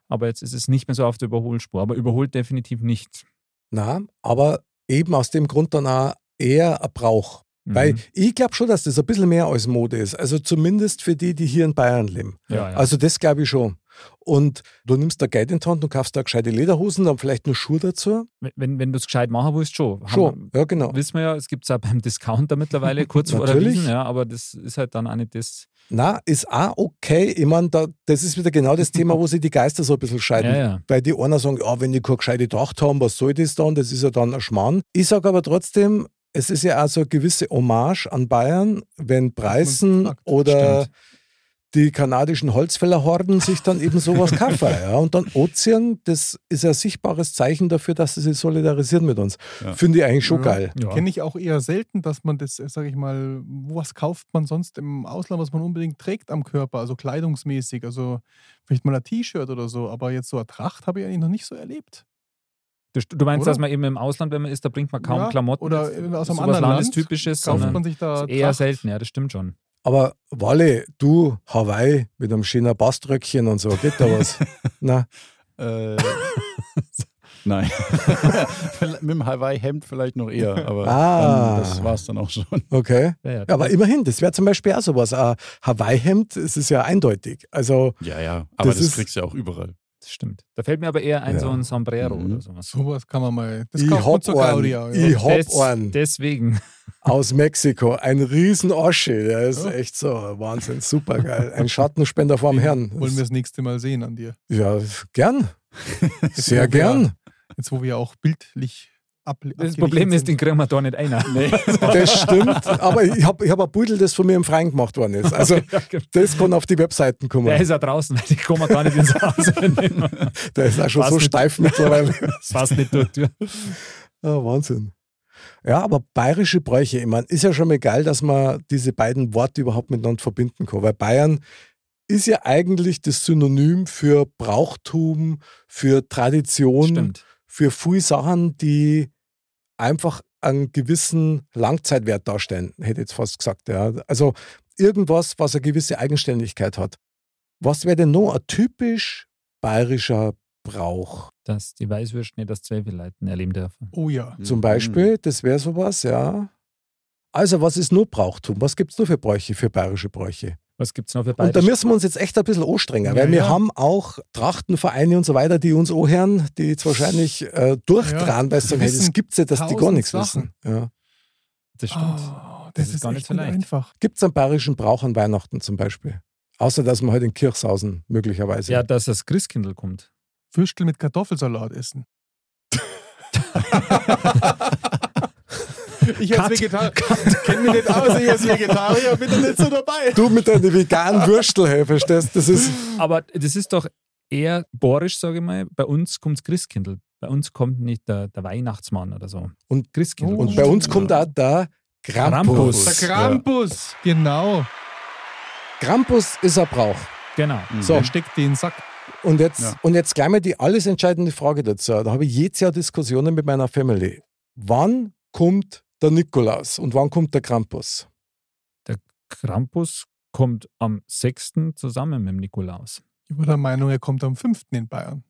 B: aber jetzt ist es nicht mehr so auf der Überholspur. Aber überholt definitiv nicht.
A: Na, aber eben aus dem Grund dann auch eher ein Brauch.
B: Mhm.
A: Weil ich glaube schon, dass das ein bisschen mehr als Mode ist. Also zumindest für die, die hier in Bayern leben.
B: ja, ja.
A: Also das glaube ich schon. Und du nimmst da Geld in die Hand, du kaufst da gescheite Lederhosen, dann vielleicht nur Schuhe dazu.
B: wenn, wenn du es gescheit machen willst, schon. Haben
A: Schon, ja genau.
B: Wir, wissen wir ja, es gibt es auch beim Discounter mittlerweile, kurz vor der
A: Natürlich.
B: Wiesen, ja, aber das ist halt dann auch nicht das.
A: Na, ist auch okay. Ich meine, da, das ist wieder genau das Thema, wo sich die Geister so ein bisschen scheiden.
B: Ja, ja.
A: Weil die einen sagen, ja, wenn die keine gescheite Tracht haben, was soll das dann? Das ist ja dann ein Schmarrn. Ich sage aber trotzdem, es ist ja auch so eine gewisse Hommage an Bayern, wenn Preußen
D: gefragt.
A: oder die kanadischen Holzfällerhorden sich dann eben sowas kaufen. ja. Und dann Ozean, das ist ein sichtbares Zeichen dafür, dass sie sich solidarisieren mit uns.
E: Ja.
A: Finde ich eigentlich schon
D: Ja.
A: geil.
B: Ja.
D: Kenne ich auch eher selten, dass man das, sage ich mal, was kauft man sonst im Ausland, was man unbedingt trägt am Körper, also kleidungsmäßig, also vielleicht mal ein T-Shirt oder so, aber jetzt so eine Tracht habe ich eigentlich noch nicht so erlebt.
B: Du, du meinst,
D: Oder?
B: dass man eben im Ausland, wenn man ist, da bringt man kaum
D: Ja,
B: Klamotten.
D: oder
B: jetzt,
D: aus einem
B: sowas
D: anderen Land
B: Landestypisches,
D: kauft
B: sondern
D: man sich da
B: ist eher
D: Tracht.
B: selten, ja, das stimmt schon.
A: Aber Walle, du, Hawaii mit einem schönen Baströckchen und so, geht da was? Na,
E: Äh, Nein. Vielleicht Mit dem Hawaii-Hemd vielleicht noch eher, aber
A: Ah.
E: dann, das war es dann auch schon.
A: okay.
B: Ja, ja.
A: Ja, aber immerhin, das wäre zum Beispiel auch sowas. Ein Hawaii-Hemd, es ist ja eindeutig. Also,
E: Ja, ja, aber
A: Das
E: das,
A: ist-
E: kriegst du ja auch überall.
B: Das stimmt. Da fällt mir aber eher ein,
A: Ja.
B: so ein Sombrero
E: Mhm.
B: oder sowas.
D: Sowas kann man mal. Das
A: ich
D: kauft man
A: hab
D: zur Gaudi. Ja.
A: einen, ich hab
B: Des-
A: einen
B: Deswegen.
A: aus Mexiko, ein riesen Oschi, der ist
D: Ja.
A: echt so, Wahnsinn, super geil. Ein Schattenspender vorm Herrn.
D: Wollen wir das nächste Mal sehen an dir.
A: Ja, gern. Sehr
D: Jetzt, wo wir-
A: gern.
D: Jetzt, wo wir auch bildlich ab.
B: Das Problem ist, den kriegen wir da nicht einer. Nee.
A: Das stimmt. Aber ich habe ich hab ein Pudel, das von mir im Freien gemacht worden ist. Also, das kann auf die Webseiten kommen.
B: genau. Der ist ja draußen, weil die kann man gar nicht ins Haus nehmen.
A: Der ist auch schon
B: Passt
A: so
B: nicht.
A: steif mittlerweile.
B: Das passt nicht durch. die Tür.
A: Ah, Wahnsinn. Ja, aber bayerische Bräuche, ich meine, ist ja schon mal geil, dass man diese beiden Worte überhaupt miteinander verbinden kann, weil Bayern ist ja eigentlich das Synonym für Brauchtum, für Tradition,
B: Stimmt.
A: für viele Sachen, die einfach einen gewissen Langzeitwert darstellen, hätte ich jetzt fast gesagt. Ja. Also irgendwas, was eine gewisse Eigenständigkeit hat. Was wäre denn noch ein typisch bayerischer Brauch?
B: Dass die Weißwürste nicht das Zweifelleiten erleben dürfen.
D: Oh ja.
A: Zum Beispiel, das wäre sowas, ja. Also, was ist nur Brauchtum? Was gibt es nur für Bräuche, für bayerische Bräuche?
B: Was gibt es noch für
A: Und da
B: bayerische-
A: müssen wir uns jetzt echt ein bisschen anstrengen,
D: Ja,
A: weil wir
D: ja.
A: haben auch Trachtenvereine und so weiter, die uns anhören, die jetzt wahrscheinlich äh, durchtragen, weil sie sagen, hey, das
D: Wissen
A: gibt's ja, dass die gar
D: tausend
A: nichts
D: Sachen.
A: wissen. Ja.
B: Das stimmt.
D: Oh, das,
B: Das
D: ist,
B: ist gar
D: echt
B: nicht so
D: nicht
B: leicht.
D: einfach.
A: Gibt es einen bayerischen Brauch an Weihnachten zum Beispiel? Außer, dass wir heute halt in Kirchsausen möglicherweise.
B: Ja, dass das Christkindl kommt.
D: Würstel mit Kartoffelsalat essen. Ich als Vegetarier. Kenn mich nicht aus, ich als Vegetarier bin da nicht so dabei.
A: Du mit deinen veganen Würsteln, verstehst Das ist.
B: Aber das ist doch eher borisch, sage ich mal. Bei uns kommt das Christkindl. Bei uns kommt nicht der, der Weihnachtsmann oder so.
A: Und-
B: Christkindl.
A: Und bei uns kommt auch da Krampus.
B: Krampus.
D: Der
A: Krampus,
D: Krampus, genau.
A: ist ein Brauch.
B: Genau.
E: Mhm.
A: So.
D: Der steckt den Sack.
A: Und jetzt,
E: Ja.
A: und jetzt gleich mal die alles entscheidende Frage dazu. Da habe ich jetzt ja Diskussionen mit meiner Family. Wann kommt der Nikolaus und wann kommt der Krampus?
B: Krampus kommt am 6. zusammen mit dem Nikolaus.
D: Ich war der Meinung, er kommt am 5. in Bayern.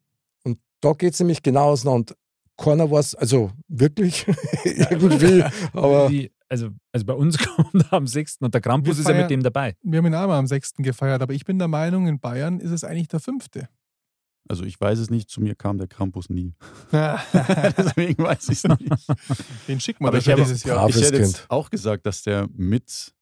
A: Und da geht es nämlich genau auseinander. Keiner weiß, also wirklich, irgendwie, aber
B: Die, also, also bei uns kommt er am 6. und der Krampus
D: Wir
B: ist ja
D: feiern-
B: mit dem dabei.
D: Wir haben ihn einmal am 6. gefeiert, aber ich bin der Meinung, in Bayern ist es eigentlich der 5.
E: Also ich weiß es nicht, zu mir kam der Krampus nie.
D: den
E: Deswegen weiß ich es nicht.
D: schicken wir
E: Aber
D: doch
E: ich
D: schon
E: habe-
D: dieses Jahr.
A: Braves
E: ich hätte
A: Kind.
E: jetzt auch gesagt, dass der mit,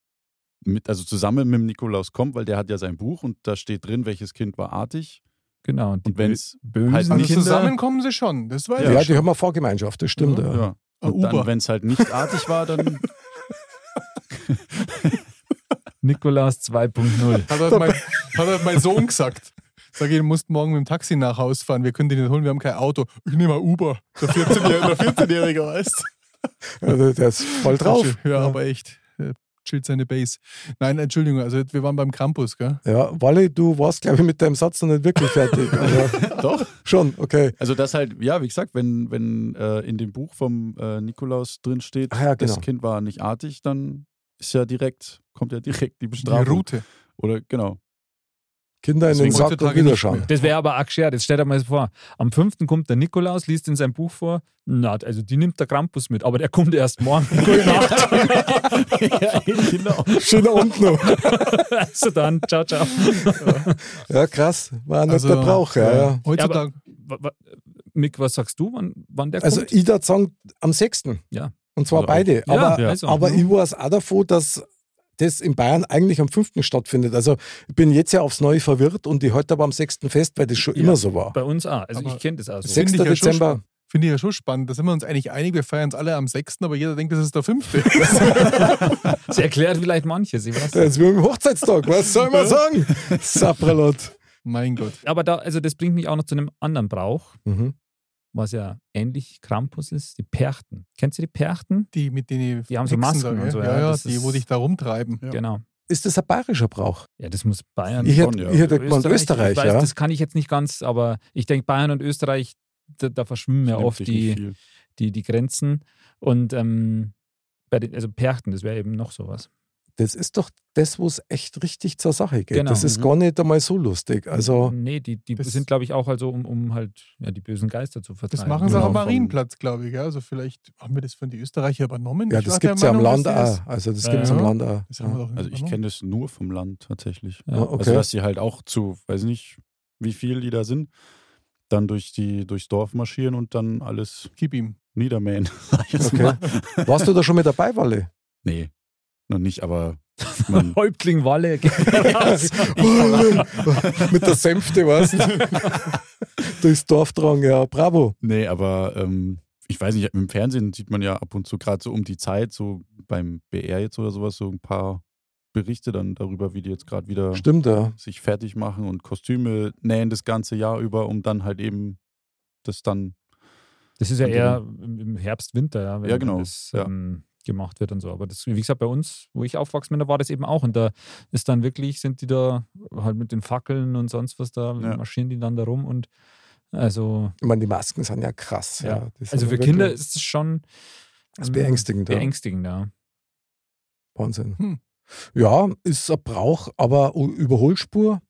E: mit, also zusammen mit dem Nikolaus kommt, weil der hat ja sein Buch und da steht drin, welches Kind war artig.
B: Genau. die
E: Und wenn es
B: bösen
E: halt
D: Also
E: nicht
B: Kinder-
D: zusammen kommen sie schon, das weiß
A: ja,
D: ich.
A: die haben eine Vorgemeinschaft, das stimmt. Ja.
E: ja.
D: Ein
E: Und dann,
D: Uber.
E: wenn es halt nicht artig war, dann
B: Nikolaus 2.0.
D: Hat halt, mein, hat halt mein Sohn gesagt. Sag ich, du musst morgen mit dem Taxi nach Haus fahren, wir können den nicht holen, wir haben kein Auto. Ich nehme mal Uber. Der 14-Jährige, der 14-Jährige weißt
A: Also der ist voll drauf.
D: Ja, aber echt. äh, Chillt seine Base. Nein, Entschuldigung, also wir waren beim Campus, gell?
A: Ja, Wally, du warst, glaube ich, mit deinem Satz noch nicht wirklich fertig. aber
E: doch.
A: schon, okay.
E: Also das halt, ja, wie gesagt, wenn, wenn äh, in dem Buch vom äh, Nikolaus drin steht,
A: Ach ja,
E: das
A: genau.
E: Kind war nicht artig, dann ist ja direkt, kommt ja direkt die
D: Die
E: Bestrafung.
D: Route.
E: Oder genau.
A: Kinder in den
E: Deswegen
A: Sack und
D: heutzutage nicht
A: wiederschauen.
D: mehr.
B: Das wäre aber auch geschert. Jetzt stell dir mal das vor. Am 5. kommt der Nikolaus, liest in sein Buch vor. Na, also die nimmt der Krampus mit, aber der kommt erst morgen. um Gute Nacht.
E: ja, genau.
A: Schöner Abend noch.
B: also dann, ciao, ciao.
A: Ja, krass. War nicht der Brauch. Ja, ja.
D: Also, Heutzutage,
B: Wa- wa- Mick, was sagst du, wann, wann der
A: Also
B: kommt?
A: ich würde sagen, am 6.
B: Ja.
A: Und zwar
E: Also auch-
A: beide.
B: Ja,
A: aber
B: ja. also.
A: aber ich weiß auch davon, dass das in Bayern eigentlich am 5. stattfindet. Also ich bin jetzt ja aufs Neue verwirrt und ich halte aber am 6. fest, weil das schon
B: Ja.
A: immer so war.
B: Bei uns auch. Also
D: Aber
B: ich kenne das auch so.
A: Sechs- 6.
D: Finde ich ja schon
A: Dezember.
D: spa- Finde ich ja schon spannend. Da sind wir uns eigentlich einig, wir feiern es alle am 6., aber jeder denkt, das ist der 5.
B: Das erklärt vielleicht manches. Ich weiß. nicht.
A: Das ist wie im Hochzeitstag, was soll man sagen? Sapralot.
D: mein Gott.
B: Aber da, also das bringt mich auch noch zu einem anderen Brauch,
A: Mhm.
B: was ja ähnlich Krampus ist, die Perchten. Kennst du die Perchten?
D: Die, mit denen
B: Die haben so
D: Hexen
B: Masken
D: sagen,
B: und so, ja,
D: Ja, ja,
B: das
D: die,
B: ist-
D: wo dich da rumtreiben.
B: Genau.
A: Ist das ein bayerischer Brauch?
B: Ja, das muss Bayern.
A: Ich hätte
E: schon, ja.
A: ich hätte gemeint Österreich,
B: ich weiß,
A: ja.
B: Das kann ich jetzt nicht ganz, aber ich denke, Bayern und Österreich, da, da verschwimmen ja
E: Nimmt
B: oft
E: sich nicht
B: die,
E: viel.
B: die, die Grenzen. Und ähm, bei den, also Perchten, das wäre eben noch sowas.
A: das ist doch das, wo es echt richtig zur Sache geht.
B: Genau. Mhm.
A: Das ist
E: Mhm.
A: gar nicht einmal so lustig. Also
B: Nee, die, die
D: Das-
B: sind, glaube ich, auch also, um, um halt ja, die bösen Geister zu vertreiben.
D: Das machen sie
E: Genau,
D: auch am
E: vom-
D: Marienplatz, glaube ich. ja. Also vielleicht haben wir das von den Österreichern übernommen.
A: ja,
D: Ich
A: das
D: war der
A: gibt es ja am
D: Meinung,
A: Land
D: dass die das-
A: auch. Also das
B: Ja,
A: gibt es
B: ja.
A: am Land auch.
D: Das haben wir doch nicht
E: Also ich
D: übernommen.
E: kenne das nur vom Land tatsächlich.
A: Ja, okay.
E: Also dass die halt auch zu, weiß nicht, wie viel die da sind, dann durch die, durchs Dorf marschieren und dann alles
D: Gib ihm.
E: niedermähen. sag ich jetzt
A: okay.
E: mal.
A: Warst du da schon mit dabei, Walle?
E: Nee, noch nicht, aber man,
B: Häuptling Walle. raus.
A: mit der Sänfte, weißt du? Durchs Dorf tragen, ja, bravo.
E: Nee, aber ähm, ich weiß nicht, im Fernsehen sieht man ja ab und zu gerade so um die Zeit, so beim BR jetzt oder sowas, so ein paar Berichte dann darüber, wie die jetzt gerade wieder
A: Stimmt, ja.
E: sich fertig machen und Kostüme nähen das ganze Jahr über, um dann halt eben das dann.
B: Das ist ja eher im im Herbst, Winter, ja, wenn
E: Ja, genau,
B: das
E: ja.
B: ähm, gemacht wird und so. Aber das, wie gesagt, bei uns, wo ich aufgewachsen bin, da war das eben auch. Und da ist dann wirklich, sind die da halt mit den Fackeln und sonst was da,
E: Ja.
B: marschieren die dann da rum und also,
A: Ich meine, die Masken sind ja krass. Ja.
B: ja.
A: Die sind
B: also
A: ja
B: für
A: wirklich-
B: Kinder ist es schon
A: Das ist
B: ähm,
A: beängstigend, ja.
B: beängstigend, ja.
A: Wahnsinn.
D: Hm.
A: Ja, ist ein Brauch, aber U- Überholspur?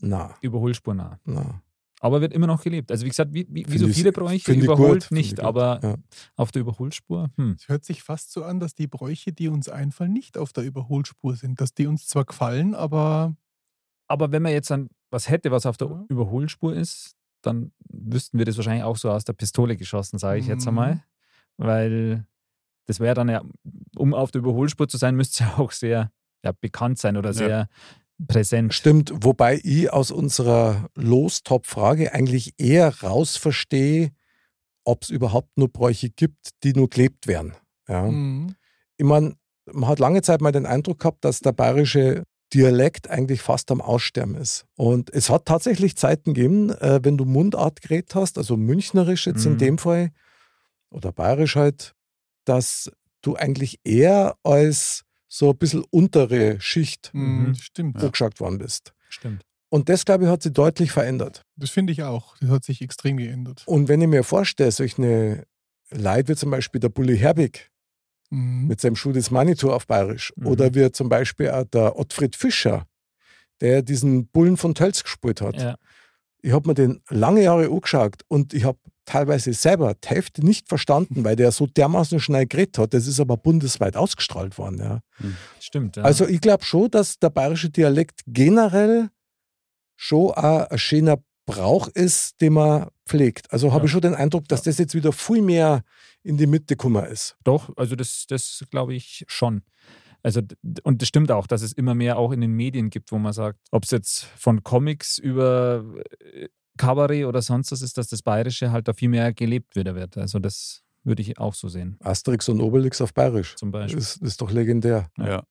A: Na,
B: Überholspur nah.
A: na.
B: Aber wird immer noch gelebt. Also wie gesagt, wie, wie, wie
A: Find
B: so
A: ich-
B: viele Bräuche
A: find ich gut,
B: überholt
A: find ich
B: nicht,
A: gut,
B: aber
A: ja.
B: auf der Überholspur, hm.
D: Es hört sich fast so an, dass die Bräuche, die uns einfallen, nicht auf der Überholspur sind. Dass die uns zwar gefallen, aber
B: Aber wenn man jetzt dann was hätte, was auf der
D: Ja.
B: Überholspur ist, dann wüssten wir das wahrscheinlich auch so aus der Pistole geschossen, sage ich jetzt
D: Mhm.
B: einmal. Weil das wäre dann ja, um auf der Überholspur zu sein, müsste es ja auch sehr ja, bekannt sein oder
E: Ja.
B: sehr präsent.
A: Stimmt, wobei ich aus unserer Lostop-Frage eigentlich eher rausverstehe, ob es überhaupt nur Bräuche gibt, die nur gelebt werden. Ja.
D: mhm.
A: Ich meine, man hat lange Zeit mal den Eindruck gehabt, dass der bayerische Dialekt eigentlich fast am Aussterben ist. Und es hat tatsächlich Zeiten gegeben, äh, wenn du Mundart geredet hast, also münchnerisch jetzt in
B: Mhm.
A: dem Fall oder bayerisch halt, dass du eigentlich eher als so ein bisschen untere Schicht
D: Mhm.
B: Mhm.
D: Stimmt.
A: angeschaut worden bist.
B: Stimmt.
A: Und das, glaube ich, hat sich deutlich verändert.
D: Das finde ich auch. Das hat sich extrem geändert.
A: Und wenn ich mir vorstelle, solche Leute wie zum Beispiel der Bulli Herbig
D: Mhm.
A: mit seinem Schuh des Manitou auf Bayerisch
B: Mhm.
A: oder wie zum Beispiel auch der Ottfried Fischer, der diesen Bullen von Tölz gespielt hat.
B: Ja.
A: Ich habe mir den lange Jahre angeschaut und ich habe teilweise selber die Hälfte nicht verstanden, weil der so dermaßen schnell geredet hat. Das ist aber bundesweit ausgestrahlt worden. Ja.
B: Stimmt. Ja.
A: Also ich glaube schon, dass der bayerische Dialekt generell schon auch ein schöner Brauch ist, den man pflegt. Also habe
B: Ja.
A: ich schon den Eindruck, dass das jetzt wieder viel mehr in die Mitte gekommen ist.
B: Doch, also das, das glaube ich schon. Also, d- und das stimmt auch, dass es immer mehr auch in den Medien gibt, wo man sagt, ob es jetzt von Comics über äh, Kabarett oder sonst was ist, dass das Bayerische halt da viel mehr gelebt wieder wird. Also, das würde ich auch so sehen,
A: Asterix und Obelix auf Bayerisch.
B: zum
A: Das
B: Beispiel.
A: ist, das ist doch legendär.
E: Ja.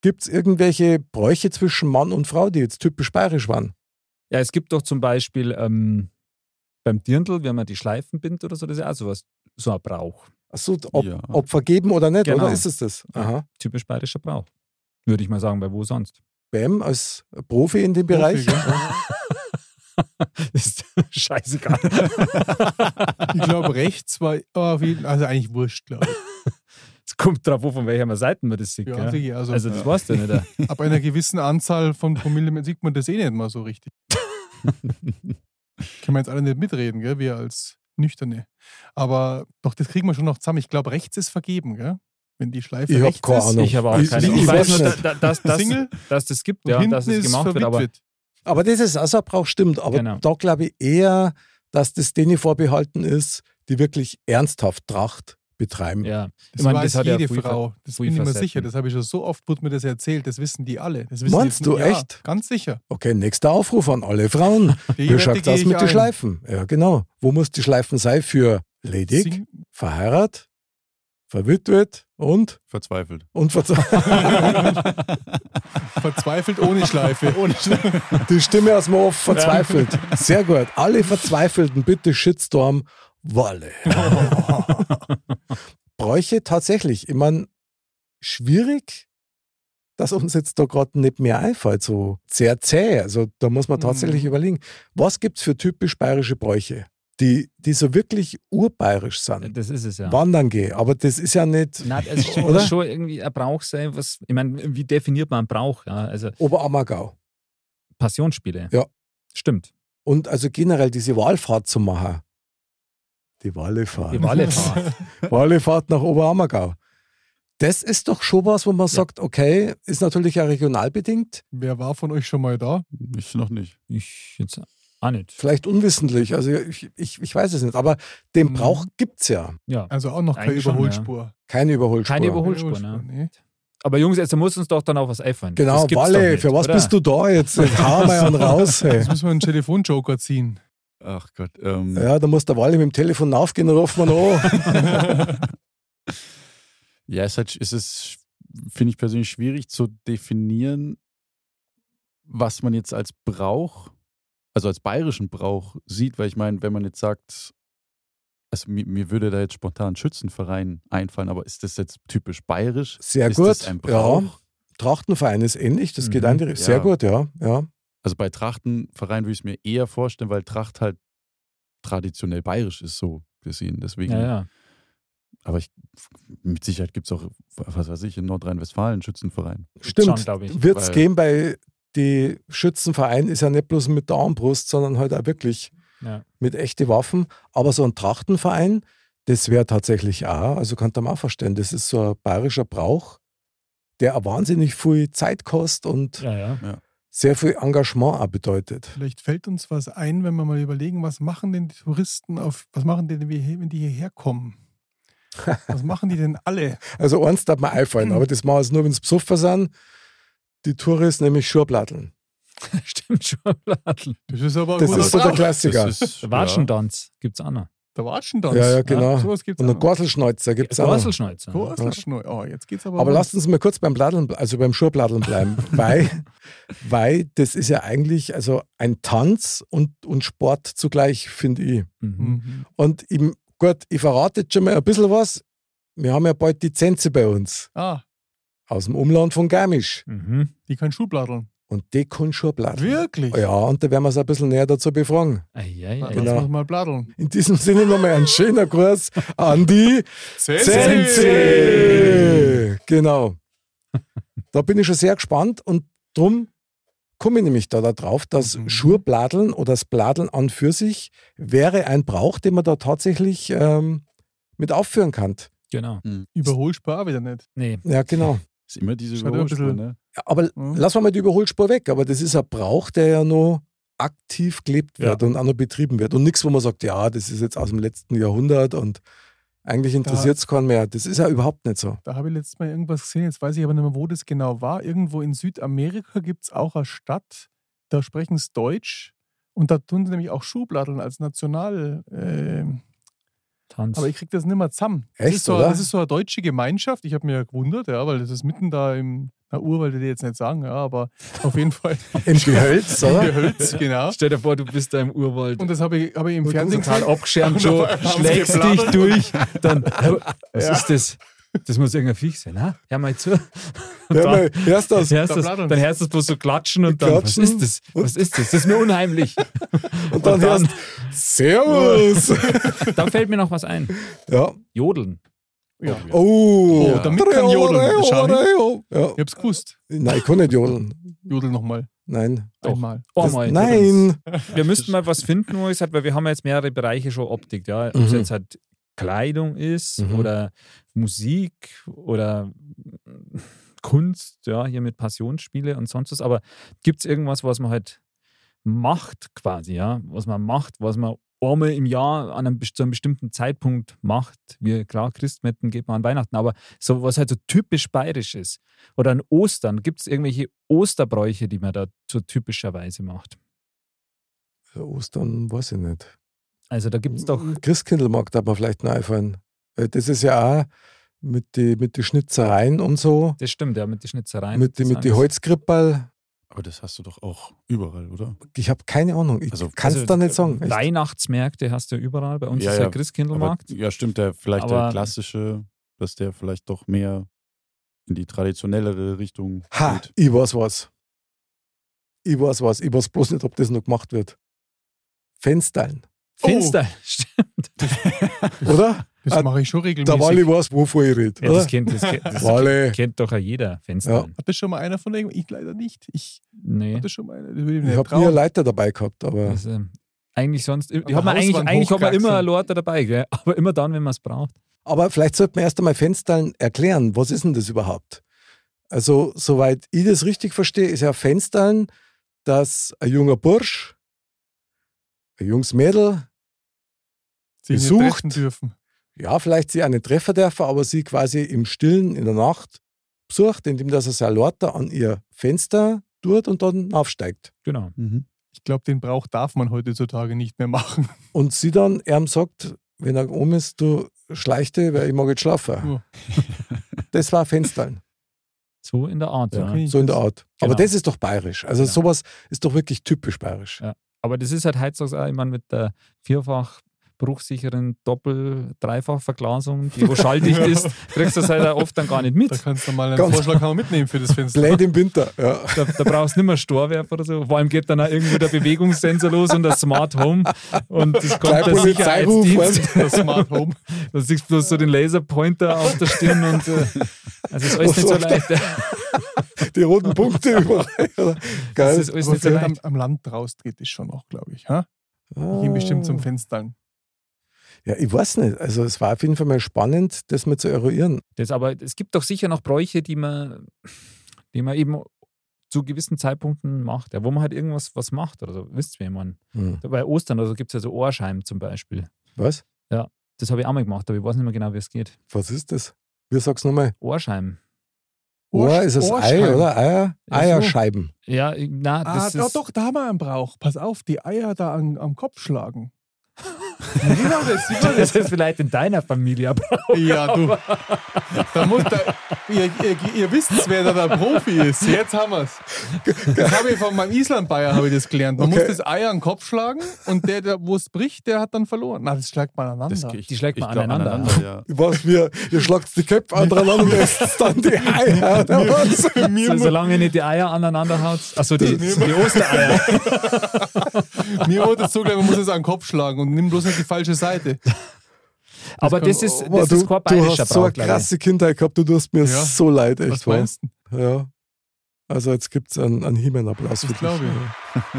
A: Gibt es irgendwelche Bräuche zwischen Mann und Frau, die jetzt typisch bayerisch waren?
B: Ja, es gibt doch zum Beispiel ähm, beim Dirndl, wenn man die Schleifen bindet oder so, das ist ja auch sowas, so ein Brauch.
A: Achso, ob,
E: Ja.
A: ob vergeben oder nicht,
B: Genau.
A: oder ist es das?
B: Ja.
A: Aha.
B: Typisch bayerischer Brauch. Würde ich mal sagen, bei wo sonst?
A: Bam als Profi in dem Bereich.
D: Profi, gell?
B: ist scheißegal.
D: Ich glaube, rechts war oh, wie, also eigentlich wurscht, glaube ich.
B: Es kommt drauf an, von welcher Seite man das sieht.
D: Ja,
B: gell?
D: sicher, also,
B: Also, das weißt du nicht.
D: ab einer gewissen Anzahl von Promille sieht man das eh nicht mal so richtig. Können wir jetzt alle nicht mitreden, gell? wir als Nüchterne. Aber doch, das kriegen wir schon noch zusammen. Ich glaube, rechts ist vergeben, gell? wenn die Schleife
A: Ich habe
D: rechts
A: keine
D: ist.
A: Ahnung.
B: Ich habe auch keine
A: ich
B: Ich weiß
A: weiß
B: nur,
A: nicht.
B: da- da- dass, dass,
D: Single?
B: dass das gibt,
D: Und
B: ja,
D: hinten
B: dass es
D: ist
B: gemacht wird. Aber
D: verwitwet.
A: Aber das ist also ein Brauch, stimmt. Aber
B: Genau.
A: da glaube ich eher, dass das denen vorbehalten ist, die wirklich ernsthaft Tracht betreiben.
B: ja,
D: Das
B: Ich meine,
D: weiß
B: das hat ja
D: jede
B: viel Ver-
D: Frau. Das
B: viel
D: bin ich mir
B: Facetten.
D: sicher. Das habe ich schon so oft, wurde mir das erzählt. Das wissen die alle. Das wissen
A: Meinst
D: die,
A: du
D: ja,
A: echt?
D: Ganz sicher.
A: Okay, nächster Aufruf an alle Frauen.
D: Die
A: Wie
D: Wette
A: schaut
D: gehe
A: das
D: ich
A: mit den
D: ein.
A: Schleifen? Ja, genau. Wo muss die Schleifen sein für ledig,
D: Sing-
A: verheiratet, verwitwet und,
E: Verzweifelt.
A: und verz-
D: Verzweifelt ohne Schleife. ohne Schleife.
A: Die Stimme aus dem Off, verzweifelt. Sehr gut. Alle Verzweifelten, bitte Shitstorm, Walle. Bräuche tatsächlich. Ich meine, schwierig, dass uns jetzt da gerade nicht mehr einfällt. So sehr zäh. Also da muss man tatsächlich
D: Mhm.
A: überlegen, was gibt es für typisch bayerische Bräuche, die, die so wirklich urbayerisch sind?
B: das ist es ja.
A: Wandern gehen. Aber das ist ja nicht
B: Nein, es schon-
A: Oder?
B: schon irgendwie ein Brauch sein, was, ich meine, wie definiert man einen Brauch? Ja? Also
A: Oberammergau.
B: Passionsspiele.
A: Ja.
B: Stimmt.
A: Und also generell diese Wahlfahrt zu machen. Die Wallefahrt.
B: Die Wallefahrt.
A: Wallefahrt nach Oberammergau. Das ist doch schon was, wo man sagt, okay, ist natürlich ja regional bedingt,
D: Wer war von euch schon mal da?
E: Ich noch nicht.
B: ich jetzt auch nicht.
A: vielleicht unwissentlich, also ich, ich, ich weiß es nicht, aber den
D: Mhm.
A: Brauch gibt es ja.
B: Ja.
D: Also auch noch keine
B: Eigentlich schon,
D: Überholspur.
A: Keine Überholspur.
B: Keine Überhol-
D: Keine
B: Überholspur, ne?
D: nee.
B: Aber Jungs, jetzt muss uns doch dann auch was einfallen.
A: Genau,
B: Das gibt's doch
A: Walle,
B: nicht,
A: für was
B: oder?
A: bist du da jetzt? Jetzt hau mal einen raus. Hey.
D: Jetzt müssen wir einen Telefonjoker ziehen.
E: Ach Gott. Ähm, ja.
A: Ja, da muss der Walle mit dem Telefon aufgehen, ruft man an.
E: es hat, es ist, finde ich persönlich schwierig zu definieren, was man jetzt als Brauch, also als bayerischen Brauch sieht, weil ich meine, wenn man jetzt sagt, also mir, mir würde da jetzt spontan Schützenverein einfallen, aber ist das jetzt typisch bayerisch?
A: Sehr
E: ist
A: gut.
E: Das ein Brauch?
A: Ja. Trachtenverein ist ähnlich, das geht
B: Mhm.
A: ein direkt. Sehr
E: Ja.
A: gut, ja. ja.
E: Also bei Trachtenverein würde ich es mir eher vorstellen, weil Tracht halt traditionell bayerisch ist, so gesehen. Deswegen.
B: Ja, ja.
E: Aber ich, mit Sicherheit gibt es auch, was weiß ich, in Nordrhein-Westfalen einen Schützenverein.
B: Schon,
A: Stimmt,
B: glaube ich.
A: wird es
E: weil-
A: geben, weil die Schützenverein ist ja nicht bloß mit der Armbrust, sondern halt auch wirklich
B: Ja.
A: mit echten Waffen. Aber so ein Trachtenverein, das wäre tatsächlich auch, also kann man auch verstehen, das ist so ein bayerischer Brauch, der auch wahnsinnig viel Zeit kostet und
B: Ja, ja.
A: sehr viel Engagement auch bedeutet.
D: Vielleicht fällt uns was ein, wenn wir mal überlegen, was machen denn die Touristen auf, was machen denn wir, hier- wenn die hierher kommen? Was machen die denn alle?
A: Also eins darf mir einfallen, aber das machen wir nur, wenn es besoffen sind. Die Touristen nämlich Schurblatteln.
B: Stimmt, Schubladen.
D: Das ist aber ein
A: Das
D: guter
A: ist so der
D: Brauch.
A: Klassiker.
E: Das ist,
B: Watschentanz gibt's auch noch.
D: Der Watschentanz.
A: Ja, ja, genau.
D: ne? sowas gibt's
A: Und einen
D: auch.
A: Gorselschneuzer gibt es auch. noch.
B: Gorselschneuzer. ne?
D: Gorselschneu. Oh, jetzt geht's aber.
A: Aber
D: um-
A: lasst uns mal kurz beim Bladeln, ble- also beim Schurpladeln bleiben, weil, weil das ist ja eigentlich also ein Tanz und, und Sport zugleich, finde ich.
B: Mhm.
D: Mhm.
A: Und im, gut, ich verrate jetzt schon mal ein bisschen was. Wir haben ja bald die Zenze bei uns
D: Ah,
A: aus dem Umland von Garmisch
B: Mhm.
D: die kann Schubladeln.
A: und die kann Schurpladeln.
D: Wirklich?
A: Ja, und da werden wir es ein bisschen näher dazu befragen.
B: Eieiei.
D: Lass
A: Genau.
D: uns mal bladeln.
A: In diesem Sinne nochmal ein schöner Gruß an die Zenzi! Genau. Da bin ich schon sehr gespannt und drum komme ich nämlich da darauf, dass
D: Mhm.
A: Schurbladeln oder das Bladeln an für sich wäre ein Brauch, den man da tatsächlich ähm, mit aufführen kann.
B: Genau.
D: Überholspur auch wieder nicht.
B: Nee.
A: Ja, genau.
E: Ist immer diese
D: Schaut immer ein
E: Überholspur,
D: bisschen-
E: ne?
A: Aber
D: Mhm.
A: lassen wir mal die Überholspur weg, aber das ist ein Brauch, der ja noch aktiv gelebt wird und auch noch betrieben wird. Und nichts, wo man sagt, ja, das ist jetzt aus dem letzten Jahrhundert und eigentlich interessiert es keinen mehr. Das ist ja überhaupt nicht so.
D: Da habe ich letztes Mal irgendwas gesehen, jetzt weiß ich aber nicht mehr, wo das genau war. Irgendwo in Südamerika gibt es auch eine Stadt, da sprechen sie Deutsch und da tun sie nämlich auch Schubladeln als National. ähm,
B: Tanz.
D: aber ich kriege das nicht mehr zusammen. das
A: Echt,
D: ist so,
A: oder?
D: Das ist so eine deutsche Gemeinschaft. Ich habe mir ja gewundert, ja, weil das ist mitten da im. Na, Urwald will ich jetzt nicht sagen, ja, aber auf jeden Fall
A: Im Gehölz,
D: im
A: oder?
D: Gehölz, genau.
B: Stell dir vor, du bist da im Urwald.
D: Und das habe ich, habe ich im
A: Und
D: Fernsehen
B: total
D: gesehen.
B: abgeschirmt schon,
D: Haben sie
B: schlägst dich
D: geplappert.
B: durch, dann, was
D: Ja.
B: ist das? Das muss irgendein Viech sein, ne? Hör mal zu.
A: Ja, mal, hörst du das?
B: Dann hörst
D: da
B: du
D: blatt
B: es-
D: uns.
B: dann hörst du es bloß so klatschen und dann,
A: Klatschen
B: was ist das? Was ist das? Das ist mir unheimlich.
A: Und dann
B: Und dann-
A: hörst Servus!
B: da fällt mir noch was ein.
A: ja.
B: Jodeln.
D: Ja.
A: Oh, oh
D: damit kann jodeln. Schau hin.
A: Ja.
D: Ich hab's gewusst.
A: Nein, ich kann nicht jodeln.
D: Jodel nochmal.
A: Nein.
B: Doch.
D: Einmal.
B: Oh
A: Das,
B: mein Gott.
A: nein.
B: Wir müssten mal was finden, wo ich sage, weil wir haben ja jetzt mehrere Bereiche schon Optik, ja. Ob es
A: Mhm.
B: jetzt halt Kleidung ist
A: Mhm.
B: oder Musik oder Kunst, ja, hier mit Passionsspiele und sonst was. Aber gibt es irgendwas, was man halt macht quasi, ja? Was man macht, was man einmal im Jahr an einem, best- zu einem bestimmten Zeitpunkt macht. Wir, klar, Christmetten geht man an Weihnachten, aber so was halt so typisch bayerisch ist. Oder an Ostern, gibt es irgendwelche Osterbräuche, die man da so typischerweise macht?
A: Ostern weiß ich nicht.
B: Also da gibt es doch
A: Christkindlmarkt darf man vielleicht noch einfallen. Weil Das ist ja auch mit den mit die Schnitzereien und so,
B: Das stimmt, ja, mit den Schnitzereien.
A: mit den
B: Das
A: mit die
B: alles.
A: Holzkrippel.
E: Aber das hast du doch auch überall, oder?
A: Ich habe keine Ahnung. Ich
E: Also-
A: kann es
B: also,
A: da nicht sagen. Echt.
B: Weihnachtsmärkte hast du ja überall. Bei uns
E: Ja,
B: ist ja,
E: ja, Aber,
B: Christkindlmarkt.
E: ja, stimmt, der vielleicht
B: Aber-
E: der klassische, dass der vielleicht doch mehr in die traditionellere Richtung
A: Ha,
E: geht.
A: ich weiß was. Ich weiß was. Ich weiß bloß nicht, ob das noch gemacht wird. Fenstern,
D: Oh.
B: Finster.
A: oder? Ah,
D: Das mache ich schon
A: Der Wally
D: regelmäßig.
A: weiß, wovon ich rede.
B: ja, das
A: oder?
B: kennt, das kennt, das
A: Wally.
B: kennt doch ja jeder. Fenster.
D: Hat das schon mal einer von euch? Ich leider nicht. Ich
B: Nee.
D: hatte schon mal einer. Das würde ich mir
A: Ich
D: nicht
A: habe nie eine
D: trauen.
A: Leiter dabei gehabt, aber
B: Das, ähm, eigentlich sonst. Ich
D: der
B: hab man eigentlich
D: Hauswand
B: eigentlich hat man immer
D: hochgewachsen.
B: eine Leute dabei, gell? aber immer dann, wenn man es braucht.
A: Aber vielleicht sollte man erst einmal Fenstern erklären. Was ist denn das überhaupt? Also, soweit ich das richtig verstehe, ist ja Fenstern, dass ein junger Bursch, ein junges Mädel,
D: Sie nicht
A: gesucht.
D: treffen dürfen.
A: ja, vielleicht sie einen Treffer darf, aber sie quasi im Stillen in der Nacht sucht, indem dass er sein Lorter an ihr Fenster tut und dann aufsteigt.
B: Genau.
D: Ich glaube, den Brauch darf man heutzutage nicht mehr machen.
A: Und sie dann ihm sagt, wenn er oben ist, du schleichte, weil ich mag jetzt schlafen. Das war Fenstern.
B: So in der Art. Ja.
D: Okay.
A: So in der Art. Aber
B: Genau.
A: das ist doch bayerisch. Also
B: Ja.
A: sowas ist doch wirklich typisch bayerisch.
B: Ja. Aber das ist halt heutzutage auch, ich meine, mit der vierfach bruchsicheren Doppel-, Dreifach-Verglasung, die wo schalldicht ist, kriegst du das halt auch oft dann gar nicht
D: Da
B: mit.
D: kannst du mal einen
A: Ganz-
D: Vorschlag haben mitnehmen für das Fenster.
A: Blade im Winter. Ja.
B: Da, da brauchst du nicht mehr Storwerfer oder so. Vor allem geht dann auch irgendwo der Bewegungssensor los und das Smart Home. Und das kommt der
A: Polizeiruf,
B: Sicherheitsdienst.
D: Das Smart Home.
B: Da siehst du bloß so den Laserpointer auf der Stirn und äh, also ist alles nicht so leicht.
A: Die roten Punkte überall. oder?
B: Das
A: Geil.
B: ist alles
D: Aber
B: nicht so
D: vielleicht am,
B: leicht.
D: am Land draußen geht das schon auch, glaube ich. Ha? Die
A: Ah.
D: gehen bestimmt zum Fenstern.
A: ja, ich weiß nicht. Also es war auf jeden Fall mal spannend, das mal zu eruieren.
B: Das, aber es gibt doch sicher noch Bräuche, die man, die man eben zu gewissen Zeitpunkten macht, ja, wo man halt irgendwas was macht oder so. Wisst ihr, man.
A: Hm.
B: Bei Ostern oder so gibt es ja so Ohrscheiben zum Beispiel.
A: Was?
B: Das habe ich auch mal gemacht, aber ich weiß nicht mehr genau, wie es geht.
A: Was ist das? Wir sag's nochmal.
B: Ohrscheiben.
A: Ohr ist das Ei,
D: Ohrscheiben.
A: oder? Eier,
B: Ja, so.
A: Eierscheiben.
B: Ja, ich- na,
D: Ah,
B: das
D: doch,
B: ist,
D: doch, da haben wir einen Brauch. Pass auf, die Eier da an, am Kopf schlagen. Genau das, genau das.
B: Das ist vielleicht in deiner Familie, aber
D: Ja, du. Da muss, da, ihr, ihr, ihr wisst, wer da der Profi ist. Jetzt haben wir es. Das habe ich von meinem Island-Bayer habe ich das gelernt. Man
A: Okay.
D: muss das Ei an den Kopf schlagen und der, der wo es bricht, der hat dann verloren. Na, das schlägt man aneinander.
E: Das, ich,
B: Die schlägt
E: ich
B: man
E: glaub,
B: aneinander.
E: ja.
A: Was wir, ihr schlagt die Köpfe aneinander und esst dann die Eier. Oder was?
B: so, solange ihr nicht die Eier aneinander haut. Achso, die, die Ostereier.
D: Mir wurde es zugleich, man muss es an den Kopf schlagen und nimm bloß nicht die falsche Seite.
B: Aber das ist, das ist kein
A: du
B: bayerischer
A: hast so eine
B: Brauch, glaube ich.
A: krasse Kindheit gehabt, du tust mir
D: Ja.
A: so leid, echt.
D: Was meinst du?
A: wahr. Ja. Also jetzt gibt es einen, einen Himmel-Applaus für
D: Das
A: dich.
D: glaube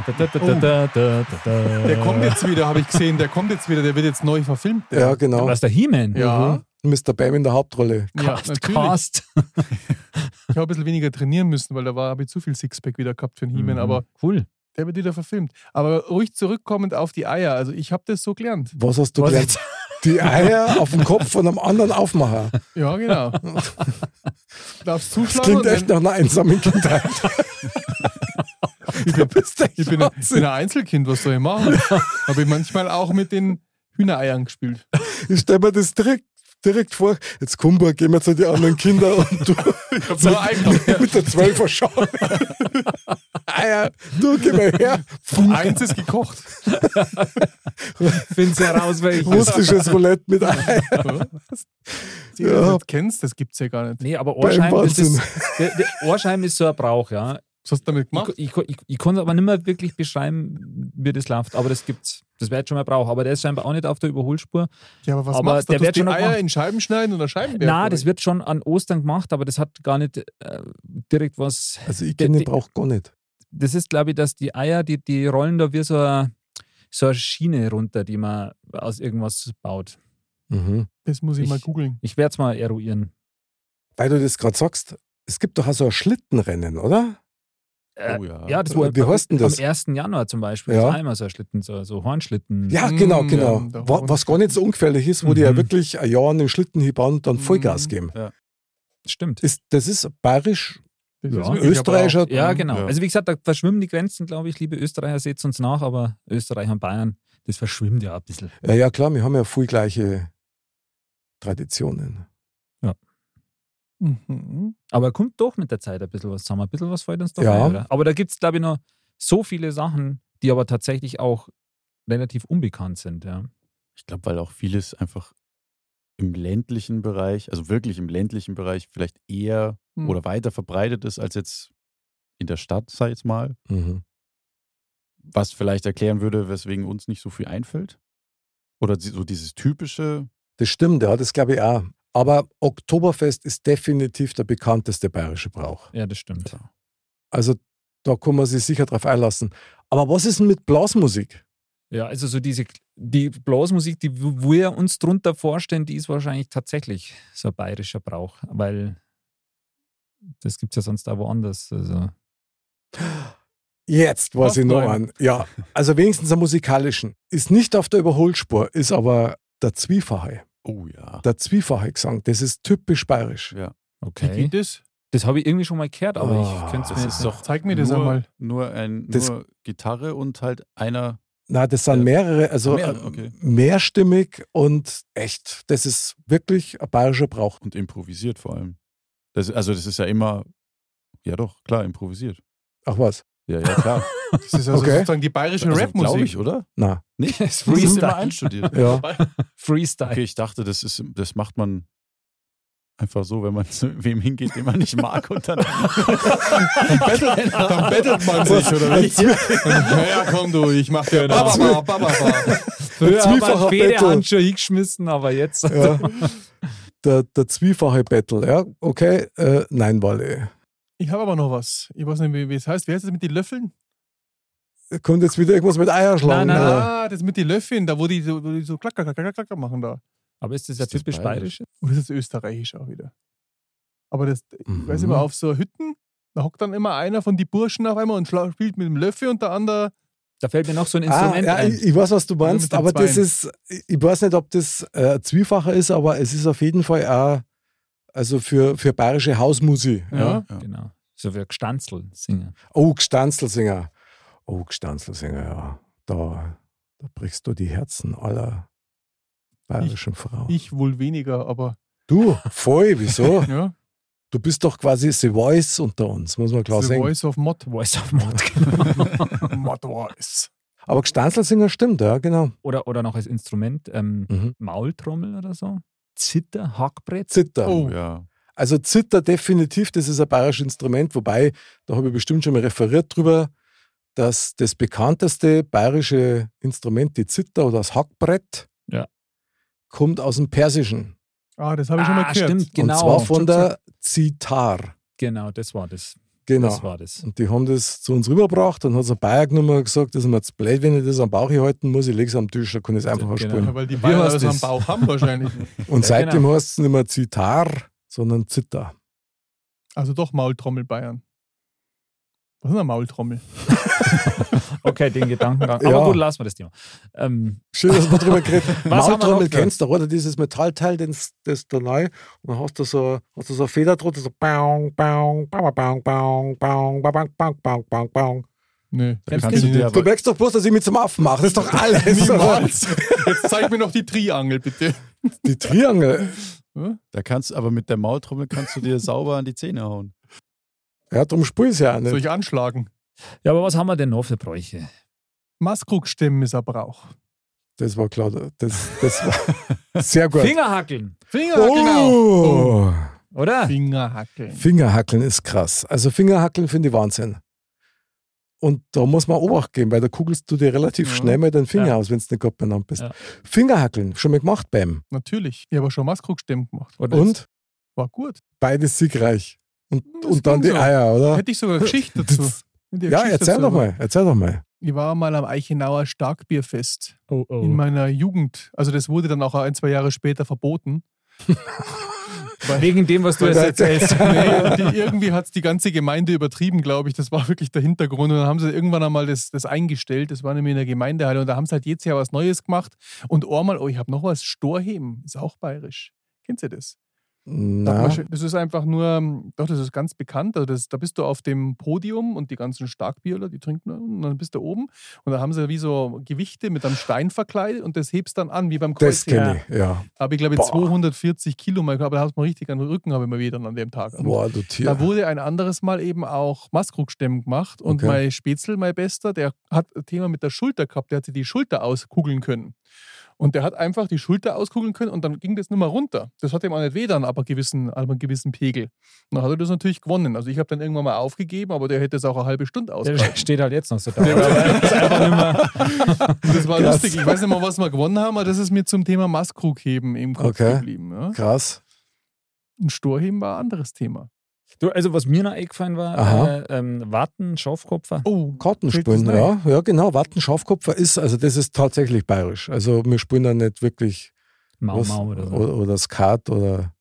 D: ich.
B: Da, da, da, da, da, da, da.
D: Der kommt jetzt wieder, habe ich gesehen. Der kommt jetzt wieder, der wird jetzt neu verfilmt. Der.
A: Ja, genau.
B: Was der He-Man?
D: Ja,
A: Mhm. Mr. Bam in der Hauptrolle.
D: ja,
B: Cast,
D: natürlich.
B: Cast.
D: Ich habe ein bisschen weniger trainieren müssen, weil da war- habe ich zu viel Sixpack wieder gehabt für den
A: Mhm.
D: He-Man, aber
B: Mhm. cool.
D: der wird wieder verfilmt. Aber ruhig zurückkommend auf die Eier. Also ich habe das so gelernt.
A: Was hast du
B: Was
A: gelernt? Die Eier auf dem Kopf von einem anderen Aufmacher.
D: Ja, genau. Darfst
A: Das
D: zuschlagen
A: klingt
D: und
A: echt
D: dann,
A: nach einer einsamen Kindheit. du bist echt
D: ich bin, ein- ich
A: Wahnsinn.
D: bin ein Einzelkind, was soll ich machen? habe ich manchmal auch mit den Hühnereiern gespielt.
A: Ich stelle mir das direkt, direkt vor. Jetzt komm, Burg, gehen wir zu den anderen Kindern und du
D: Ich habe nur einen
A: mit der Zwölfer schauen. Eier, du geh mal her.
D: Eins ist gekocht.
B: Find's heraus, welches.
A: Russisches Roulette mit Eier.
D: Die du
A: Ja.
D: nicht kennst, das gibt's ja gar nicht.
B: Nee, aber Ohrscheiben, das
A: Wahnsinn.
B: ist, der, der Ohrscheiben ist so ein Brauch, ja.
D: Was hast du damit
B: Ich,
D: gemacht?
B: ich, ich, ich kann es aber nicht mehr wirklich beschreiben, wie das läuft, aber das gibt's. Das wäre jetzt schon mal ein Brauch. Aber der ist scheinbar auch nicht auf der Überholspur.
D: Ja, aber was
B: Aber
D: machst du?
B: der
D: Tust
B: wird
D: die
B: schon noch
D: Eier
B: gemacht.
D: in Scheiben schneiden oder Scheiben
B: Na, das wird schon an Ostern gemacht, aber das hat gar nicht äh, direkt was.
A: Also ich
B: Der-
A: kenn den
B: der-
A: Brauch gar nicht.
B: Das ist, glaube ich, dass die Eier, die, die rollen da wie so eine, so eine Schiene runter, die man aus irgendwas baut.
A: Mhm.
D: Das muss ich, mal
B: Ich-
D: googeln.
B: Ich werde es mal eruieren.
A: Weil du das gerade sagst, es gibt doch auch so ein Schlittenrennen, oder?
B: Äh,
E: Oh ja.
B: Ja, das
A: Wie heißt denn das?
B: Am 1. Januar zum Beispiel.
A: Ja.
B: Ja. Ist einmal so ein Schlitten, so, so Hornschlitten.
A: Ja,
D: Mm,
A: genau,
D: ja,
A: genau.
D: da
A: Wa-
D: haben wir-
A: Was gar nicht so ungefährlich ist, wo die ja
B: Mhm.
A: wirklich ein Jahr an den Schlitten hinbauen und dann Vollgas
D: Mhm.
A: geben.
B: Stimmt.
A: Ist, das ist bayerisch,
D: Das
B: Ja,
D: ist wirklich ein
A: österreichischer.
B: Ja, genau.
E: Ja.
B: Also wie gesagt, da verschwimmen die Grenzen, glaube ich, liebe Österreicher, seht uns nach, aber Österreich und Bayern, das verschwimmt ja ein bisschen.
A: Ja, ja, klar, wir haben ja viel gleiche Traditionen.
D: Brauch. Mhm.
B: Aber kommt doch mit der Zeit ein bisschen was zusammen. Ein bisschen was fällt uns doch
A: Ja.
B: ein, oder? Aber da gibt es, glaube ich, noch so viele Sachen, die aber tatsächlich auch relativ unbekannt sind, ja.
E: Ich glaube, weil auch vieles einfach im ländlichen Bereich, also wirklich im ländlichen Bereich, vielleicht eher
D: Hm.
E: oder weiter verbreitet ist als jetzt in der Stadt, sag ich jetzt mal.
A: Mhm.
E: Was vielleicht erklären würde, weswegen uns nicht so viel einfällt. Oder so dieses typische.
A: Das stimmt, ja, das glaube ich auch. Aber Oktoberfest ist definitiv der bekannteste bayerische Brauch.
B: Ja, das stimmt.
E: Genau.
A: Also da kann man sich sicher drauf einlassen. Aber was ist denn mit Blasmusik?
B: Ja, also so diese, die Blasmusik, die wo wir uns drunter vorstellen, die ist wahrscheinlich tatsächlich so ein bayerischer Brauch, weil das gibt es ja sonst auch woanders. Also,
A: Jetzt weiß
D: Passt
A: ich noch
D: rein.
A: an. Ja, also wenigstens am musikalischen. Ist nicht auf der Überholspur, ist aber der Zwiefahai.
E: Oh ja.
A: Der Zwiefahai-Gesang, das ist typisch bayerisch.
D: Wie
B: okay.
D: geht das?
B: Das habe ich irgendwie schon mal gehört, aber
A: Oh,
B: ich könnte es
E: Ah, das
B: mir
E: ist
B: jetzt
E: doch
D: Zeig mir das
E: nur,
D: einmal.
E: Nur, ein,
A: Das-
E: nur Gitarre und halt einer.
A: Na, das sind
E: Ja.
A: mehrere, also
E: Mehrere,
A: äh,
E: okay.
A: mehrstimmig und echt. Das ist wirklich ein bayerischer Brauch.
E: Und improvisiert vor allem. Das, also das ist ja immer, ja doch, klar, improvisiert.
A: Ach was?
E: Ja, ja, klar.
D: Das ist also
A: Okay.
D: sozusagen die bayerische
E: glaube ich,
D: Rapmusik.
E: oder?
A: Na,
E: Nee,
B: Es
E: das ist
B: Freestyle.
E: immer einstudiert.
A: ja.
B: Freestyle.
E: Okay, ich dachte, das, ist, das macht man einfach so, wenn man zu wem hingeht, den man nicht mag und dann...
D: Bettelt, dann bettelt man sich, oder wie? Na Also, ja, komm du, ich mach dir
B: Genau.
D: Baba, Baba, Baba.
B: Früher haben
A: Zwiefacher
B: wir
A: Battle.
B: Federhandschuhe hingeschmissen, aber jetzt.
A: ja. Der, der Zwiefahai-Battle, ja, okay. Äh, nein, Walle.
D: Ich habe aber noch was. Ich weiß nicht, wie wie es heißt. Wie heißt das mit den Löffeln?
A: Kommt jetzt wieder irgendwas mit Eierschlagen?
B: Nein, nein,
A: oder?
D: Ah, das mit den Löffeln, da wo die so, wo die so klack, klack, klack, klack, klack, klack machen da.
B: Aber ist das ja
E: Ist das
B: typisch
E: bayerisch?
B: bayerisch?
D: Und das ist österreichisch auch wieder. Aber das, ich
A: Mhm.
D: weiß immer, auf so Hütten, da hockt dann immer einer von die Burschen auf einmal und schla- spielt mit dem Löffel und der andere.
B: Da fällt mir noch so ein
A: Ah,
B: Instrument
A: ja,
B: ein.
A: ich, ich weiß, was du meinst,
D: mit den
A: aber das
D: Zweien.
A: ist, ich ich weiß nicht, ob das äh, Zwiefacher ist, aber es ist auf jeden Fall auch, also für, für bayerische Hausmusik.
D: Ja.
B: Genau. So wie Gstanzl singen.
A: Oh, Gstanzelsinger. Oh, Gstanzelsinger, ja. Da, da brichst du die Herzen aller bayerischen Frau.
D: Ich wohl weniger, aber
A: Du, voll, wieso?
D: ja.
A: Du bist doch quasi The Voice unter uns, muss man klar
D: The
A: sagen.
D: Voice of Mod.
B: Voice of Mod, genau.
D: Mod Voice.
A: Aber Gstanzlsinger stimmt, ja, genau.
B: oder, oder noch als Instrument ähm,
A: Mhm.
B: Maultrommel oder so. Zitter, Hackbrett.
A: Zitter.
D: Oh.
E: Ja.
A: Also Zither definitiv, das ist ein bayerisches Instrument, wobei, da habe ich bestimmt schon mal referiert drüber, dass das bekannteste bayerische Instrument, die Zither oder das Hackbrett,
B: Ja.
A: kommt aus dem Persischen.
D: Ah, das habe ich schon mal
B: Ah,
D: gehört.
B: stimmt, genau.
A: Und zwar von
B: Schon
A: der Zitar.
B: Genau, das war das.
A: Genau.
B: Das war das.
A: und die haben das zu uns rübergebracht und hat so ein Bayer genommen und gesagt, das ist mir zu blöd, wenn ich das am Bauch halten muss, ich lege es am Tisch, dann kann ich es einfach
B: Genau.
A: verspülen.
D: Ja, weil die
A: Wir
D: Bayern
A: haben's
D: das am
A: das.
D: Bauch haben wahrscheinlich.
A: Und
B: Ja,
A: seitdem
B: genau.
A: heißt es nicht mehr Zitar, sondern Zither.
D: Also doch Maultrommel Bayern. Was ist eine Maultrommel?
B: Okay, den Gedanken. Aber
A: Ja.
B: gut, lassen wir das Thema. Ähm,
A: Schön, dass wir drüber geredet haben.
B: Was haben wir
A: Maultrommel
B: noch gehört?
A: kennst du, oder? Dieses Metallteil, das, das da neu. Und dann hast du so, hast du so eine Feder drunter, so baung, baung, baung, baung, baung, baung, baung, baung, baung, baung, baung.
D: Nee.
E: Da kannst
D: das
E: du
D: nicht.
E: dir
A: Du
E: aber,
A: merkst doch bloß, dass ich mich zum Affen mache. Das ist doch alles.
D: Niemals. Jetzt zeig mir noch die Triangel, bitte.
A: Die Triangel.
E: da kannst, aber mit der Maultrommel kannst du dir sauber an die Zähne hauen.
A: Ja, drum spür ich ja auch
D: Soll
A: nicht.
D: ich anschlagen?
B: ja, aber was haben wir denn noch für Bräuche?
D: Maskrug-Stimmen ist ein Brauch.
A: Das war klar. Das, das war sehr gut.
B: Fingerhackeln,
D: Finger, genau.
A: Oh.
B: oder?
D: Fingerhackeln.
A: Fingerhackeln ist krass. Also Fingerhackeln finde ich Wahnsinn. Und da muss man Obacht geben, weil da kugelst du dir relativ
D: Mhm. Ja.
A: schnell mal den Finger
B: Ja.
A: aus, wenn du nicht gerade benannt bist.
B: Ja.
A: Fingerhackeln, schon mal gemacht beim.
D: Natürlich. Ich habe auch schon Maskrug-Stimmen gemacht.
B: Oder jetzt-
A: Und
D: War gut.
A: beides siegreich. Und,
D: Das
A: und dann
D: ging
A: die
D: so.
A: Eier,
E: Ah.
A: oder?
D: Hätte ich sogar eine Geschichte dazu. Hätte ich eine
A: Ja,
D: Geschichte
A: erzähl
D: dazu,
A: doch
D: aber-
A: mal, erzähl doch mal.
D: Ich war mal am Eichenauer Starkbierfest
B: Oh, oh.
D: in meiner Jugend. Also das wurde dann auch ein, zwei Jahre später verboten.
B: Wegen dem, was du jetzt erzählst.
D: Nee, die, irgendwie hat es die ganze Gemeinde übertrieben, glaube ich. Das war wirklich der Hintergrund. Und dann haben sie irgendwann einmal das, das eingestellt. Das war nämlich in der Gemeindehalle. Und da haben sie halt jedes Jahr was Neues gemacht. Und einmal, oh, ich habe noch was, Storheben. Ist auch bayerisch. Kennt ihr das? Sag mal
A: Na,
D: schön, Das ist einfach nur, ähm, doch, das ist ganz bekannt. Also das, da bist du auf dem Podium und die ganzen Starkbierler, die trinken da unten, und dann bist du oben und da haben sie wie so Gewichte mit einem Stein verkleidet und das hebst dann an, wie beim
A: das
D: Kreuzheben.
A: kenne ich, ja.
D: Aber ich glaube
A: Boah.
D: 240 Kilo, mein Körper, da hast du mal richtig an den Rücken, habe ich mal wieder an dem Tag.
A: Boah, du
D: Da
A: Tier.
D: wurde ein anderes Mal eben auch Maskrugstämmen gemacht und
A: Okay.
D: mein Spätzl, mein Bester, der hat ein Thema mit der Schulter gehabt, der hat sich die Schulter auskugeln können. Und der hat einfach die Schulter auskugeln können und dann ging das nicht mehr runter. Das hat ihm auch nicht weh dann, aber gewissen, aber einen gewissen Pegel. Und dann hat er das natürlich gewonnen. Also ich habe dann irgendwann mal aufgegeben, aber der hätte es auch eine halbe Stunde ausgehalten.
B: Der steht halt jetzt noch so da. Das ist einfach nicht mehr.
D: Das war
A: Krass.
D: lustig. Ich weiß nicht mal, was wir gewonnen haben, aber das ist mir zum Thema Maskrugheben im Kopf
A: Okay.
D: geblieben. Ja?
A: Krass.
D: Ein Storheben war ein anderes Thema.
B: Du, also was mir noch eingefallen
A: Aha.
B: war, äh, ähm, Watten, Schafkopfer.
D: Oh,
A: Karten
D: Fällt
A: spielen,
D: das rein?
A: ja. Ja, genau. Watten, Schafkopfer ist, also das ist tatsächlich bayerisch. Also wir spielen da nicht wirklich
B: Mau
A: was,
B: Mau oder so.
A: oder, oder Skat oder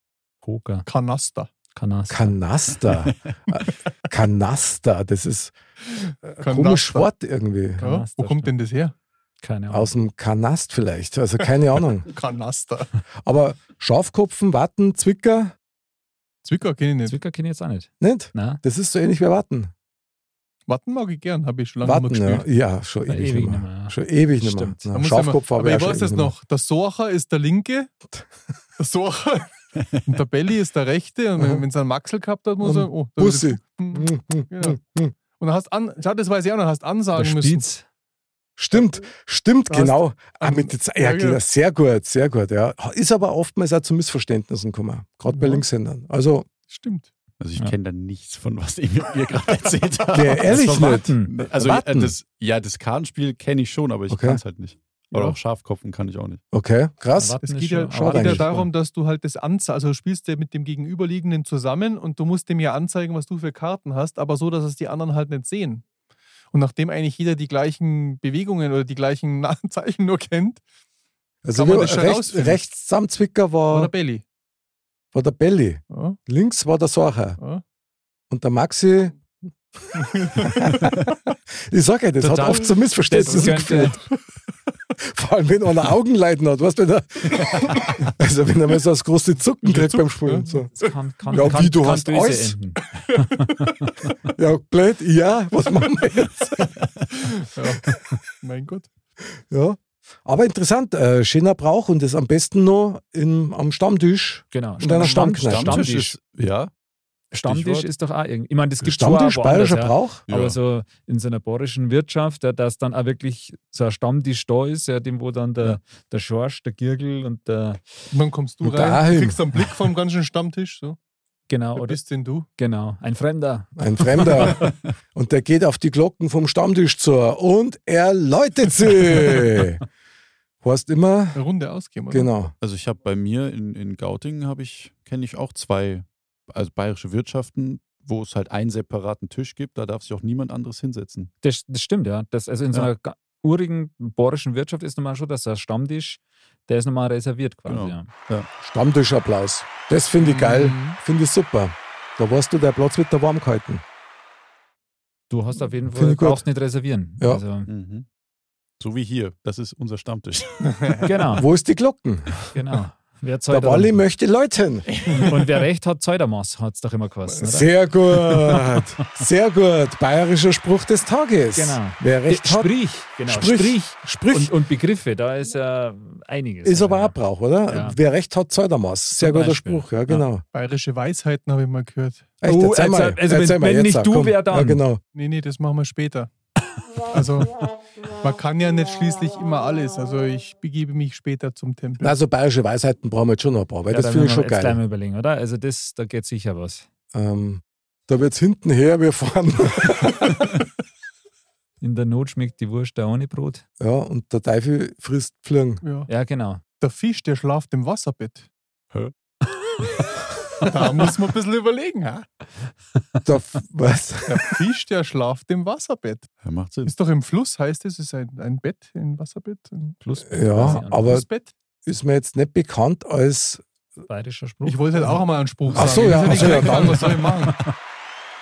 B: Poker,
D: Kanaster.
B: Kanast.
A: Kanaster. Äh, Kanaster, das ist ein
D: Kanaster.
A: komisches Wort irgendwie.
B: Ka-
D: Ja?
B: Äh, Kanaster,
D: Wo kommt denn das her?
B: Keine Ahnung.
A: Aus dem Kanast vielleicht, also keine Ahnung.
D: Kanaster.
A: Aber Schafkopfen, Watten, Zwicker,
D: Zwicker kenne ich nicht.
B: Zwicker kenne ich jetzt auch nicht. ne?
A: nicht?
B: Na,
A: Das ist so ähnlich wie Watten.
D: Watten mag ich gern, habe ich schon lange nicht
A: Watten,
D: mehr
A: ja.
D: gespielt.
A: ja, schon
B: Na,
A: ewig,
B: ewig
A: nicht mehr.
B: nicht mehr, ja.
A: Schon ewig nicht mehr.
B: Stimmt.
A: Na,
D: Da muss ich,
A: Schafkopf
D: mal-
A: habe
D: aber
A: ich
D: ich
A: auch
D: weiß
A: schon
D: das
A: ewig nicht
D: noch. Der Sorcher ist der Linke, der Sorcher und der Belly ist der Rechte. Und
A: Aha.
D: wenn es einen Maxel gehabt hat, muss
A: Und
D: er. Oh, da wird
A: Bussi. Hm,
D: jetzt-
A: mehr.
D: Und dann hast an, schau, das weiß ich auch noch, hast
B: der
D: ansagen müssen.
B: Spitz.
A: Stimmt, stimmt,
D: Da hast-
A: genau. Ah,
D: ähm,
A: mit den Ze- ja,
D: ja,
A: genau.
D: ja.
A: Sehr gut, sehr gut. Ja. Ist aber oftmals auch zu Missverständnissen gekommen, gerade bei
D: Ja.
A: Linkshändern. Also,
D: Stimmt.
E: Also ich
B: Ja.
E: kenne da nichts von, was ihr mir gerade erzählt habt.
A: Ja, ehrlich
E: Ah, Das war
A: nicht.
B: Hm.
E: Watt- Also
A: Watten.
E: äh, das, ja, das Kartenspiel kenne ich schon, aber ich
A: Okay.
E: kann es halt nicht. Oder
D: Ja.
E: auch Schafkopfen kann ich auch nicht.
A: okay, krass.
B: Watten
D: Es
B: ist
D: geht
B: schon-
D: ja,
A: Schade
D: geht ja
A: eigentlich.
D: darum, dass du halt das anzeigst, also du spielst ja mit dem Gegenüberliegenden zusammen und du musst dem ja anzeigen, was du für Karten hast, aber so, dass es die anderen halt nicht sehen. Und nachdem eigentlich jeder die gleichen Bewegungen oder die gleichen Na- Zeichen nur kennt,
A: Also,
D: kann man
A: wir-
D: das schon
A: rechts,
D: rausfinden.
A: rechts am Zwicker
D: war der
A: war,
D: Belly.
A: war der Belly,
D: Ja,
A: links war der Sorcher
D: ja.
A: und der Maxi. ich sag ja, das hat
B: Total.
A: oft zu
B: Das
A: Missverständnissen
B: könnte-
A: geführt. Vor allem, wenn einer Augenleiden hat. Weißt, du, wenn er, also, wenn er mal so das große Zucken
D: Der
A: kriegt
D: Zuck,
A: beim Spulen.
D: ja.
A: So.
B: Das kann, kann,
A: Ja,
B: kann,
A: wie, du
B: kann
A: hast
B: böse
A: alles.
B: enden.
A: Ja, blöd, ja, was machen wir jetzt?
D: Mein Gott.
A: Ja. Aber interessant, äh, schöner Brauch und das am besten nur im, am Stammtisch.
B: Genau.
A: In deiner
B: Stamm-
A: Stammkneipe.
B: Stammtisch,
E: Stammtisch
B: Stammtisch,
E: ist, ja, Stichwort.
B: ist doch auch irgendwie. Ich meine, das gibt
A: Stammtisch, bayerischer
B: ja.
A: Brauch.
E: ja.
B: Aber so in so einer bayerischen Wirtschaft, ja, dass dann auch wirklich so ein Stammtisch da ist, ja, dem, wo dann der, der Schorsch, der Girgel und der,
D: Und dann kommst du
A: Und
D: rein,
A: daheim.
D: kriegst einen Blick vom ganzen Stammtisch. So.
B: genau,
D: Wer
B: oder,
D: bist denn du?
B: genau, ein Fremder.
A: Ein Fremder. und der geht auf die Glocken vom Stammtisch zur und er läutet sie. Horst immer.
D: Eine Runde ausgehen, oder?
A: Genau.
E: Also ich habe bei mir in, in Gautingen habe ich, kenne ich auch zwei, also bayerische Wirtschaften, wo es halt einen separaten Tisch gibt, da darf sich auch niemand anderes hinsetzen.
B: Das, das stimmt, ja. Das, also in so
E: Ja.
B: einer ga- urigen bayerischen Wirtschaft ist normal schon, dass der Stammtisch, der ist normal reserviert quasi.
E: Genau.
B: Ja.
A: Stammtischapplaus. Das finde ich geil.
D: Mhm.
A: Finde ich super. Da warst du, der Platz wird da warm gehalten.
B: Du hast auf jeden
A: Hm. Finde
B: Fall,
A: ich gut.
B: brauchst nicht reservieren.
A: Ja.
B: Also,
E: So wie hier, das ist unser Stammtisch.
B: genau,
A: Wo ist die Glocken?
B: genau. Wer zahlt
A: Der Walli
B: und,
A: möchte läuten.
B: und wer recht hat, zahlt Maß, hat es doch immer geheißen,
A: Äh,
B: oder?
A: Sehr gut. Sehr gut. Bayerischer Spruch des Tages.
B: Genau.
A: Wer recht hat,
B: Sprich, genau,
A: sprich.
B: Sprich.
A: sprich.
B: Und, und Begriffe, da ist ja einiges.
A: ist aber
B: ja.
A: auch Brauch, oder?
B: Ja.
A: Wer recht hat, zahlt am Aus. Sehr
B: Zum
A: guter
B: Beispiel.
A: Spruch, ja, genau.
D: Bayerische Weisheiten habe ich mal gehört.
A: Echt,
B: Oh,
A: erzähl
B: also-
A: mal.
B: also wenn-
A: erzähl mal
B: wenn
A: jetzt,
B: nicht
A: sag,
B: du,
A: komm.
B: wer dann?
A: Ja, genau.
D: Nee, nee, das machen wir später. Also, man kann ja nicht schließlich immer alles. Also, ich begebe mich später zum Tempel.
A: Also bayerische Weisheiten brauchen wir jetzt schon noch ein paar, weil
B: Ja,
A: das
B: da
A: finde ich
B: müssen
A: schon
B: wir jetzt gleich
A: geil.
B: mal überlegen, oder? Also das, da geht sicher was.
A: Ähm, da wird's hinten her, wir fahren.
B: In der Not schmeckt die Wurst da ohne Brot.
A: ja, und der Teufel frisst Pflirn.
D: Ja.
B: Ja, genau.
D: Der Fisch, der schlaft im Wasserbett.
E: Hä?
D: da muss man ein bisschen überlegen. Ja?
A: Der, F- was?
D: Der Fisch, der schlaft im Wasserbett.
E: Ja, macht Sinn.
D: Ist doch im Fluss, heißt es. Ist ein, ein Bett, ein Wasserbett. Ein
B: Plus
A: Ja, aber
D: Flussbett.
A: ist mir jetzt nicht bekannt als.
B: bayerischer Spruch.
D: Ich wollte halt auch einmal einen Spruch
A: Ach
D: sagen.
A: so, ja,
D: Ich
A: ach so, ja, dann.
D: was soll ich machen?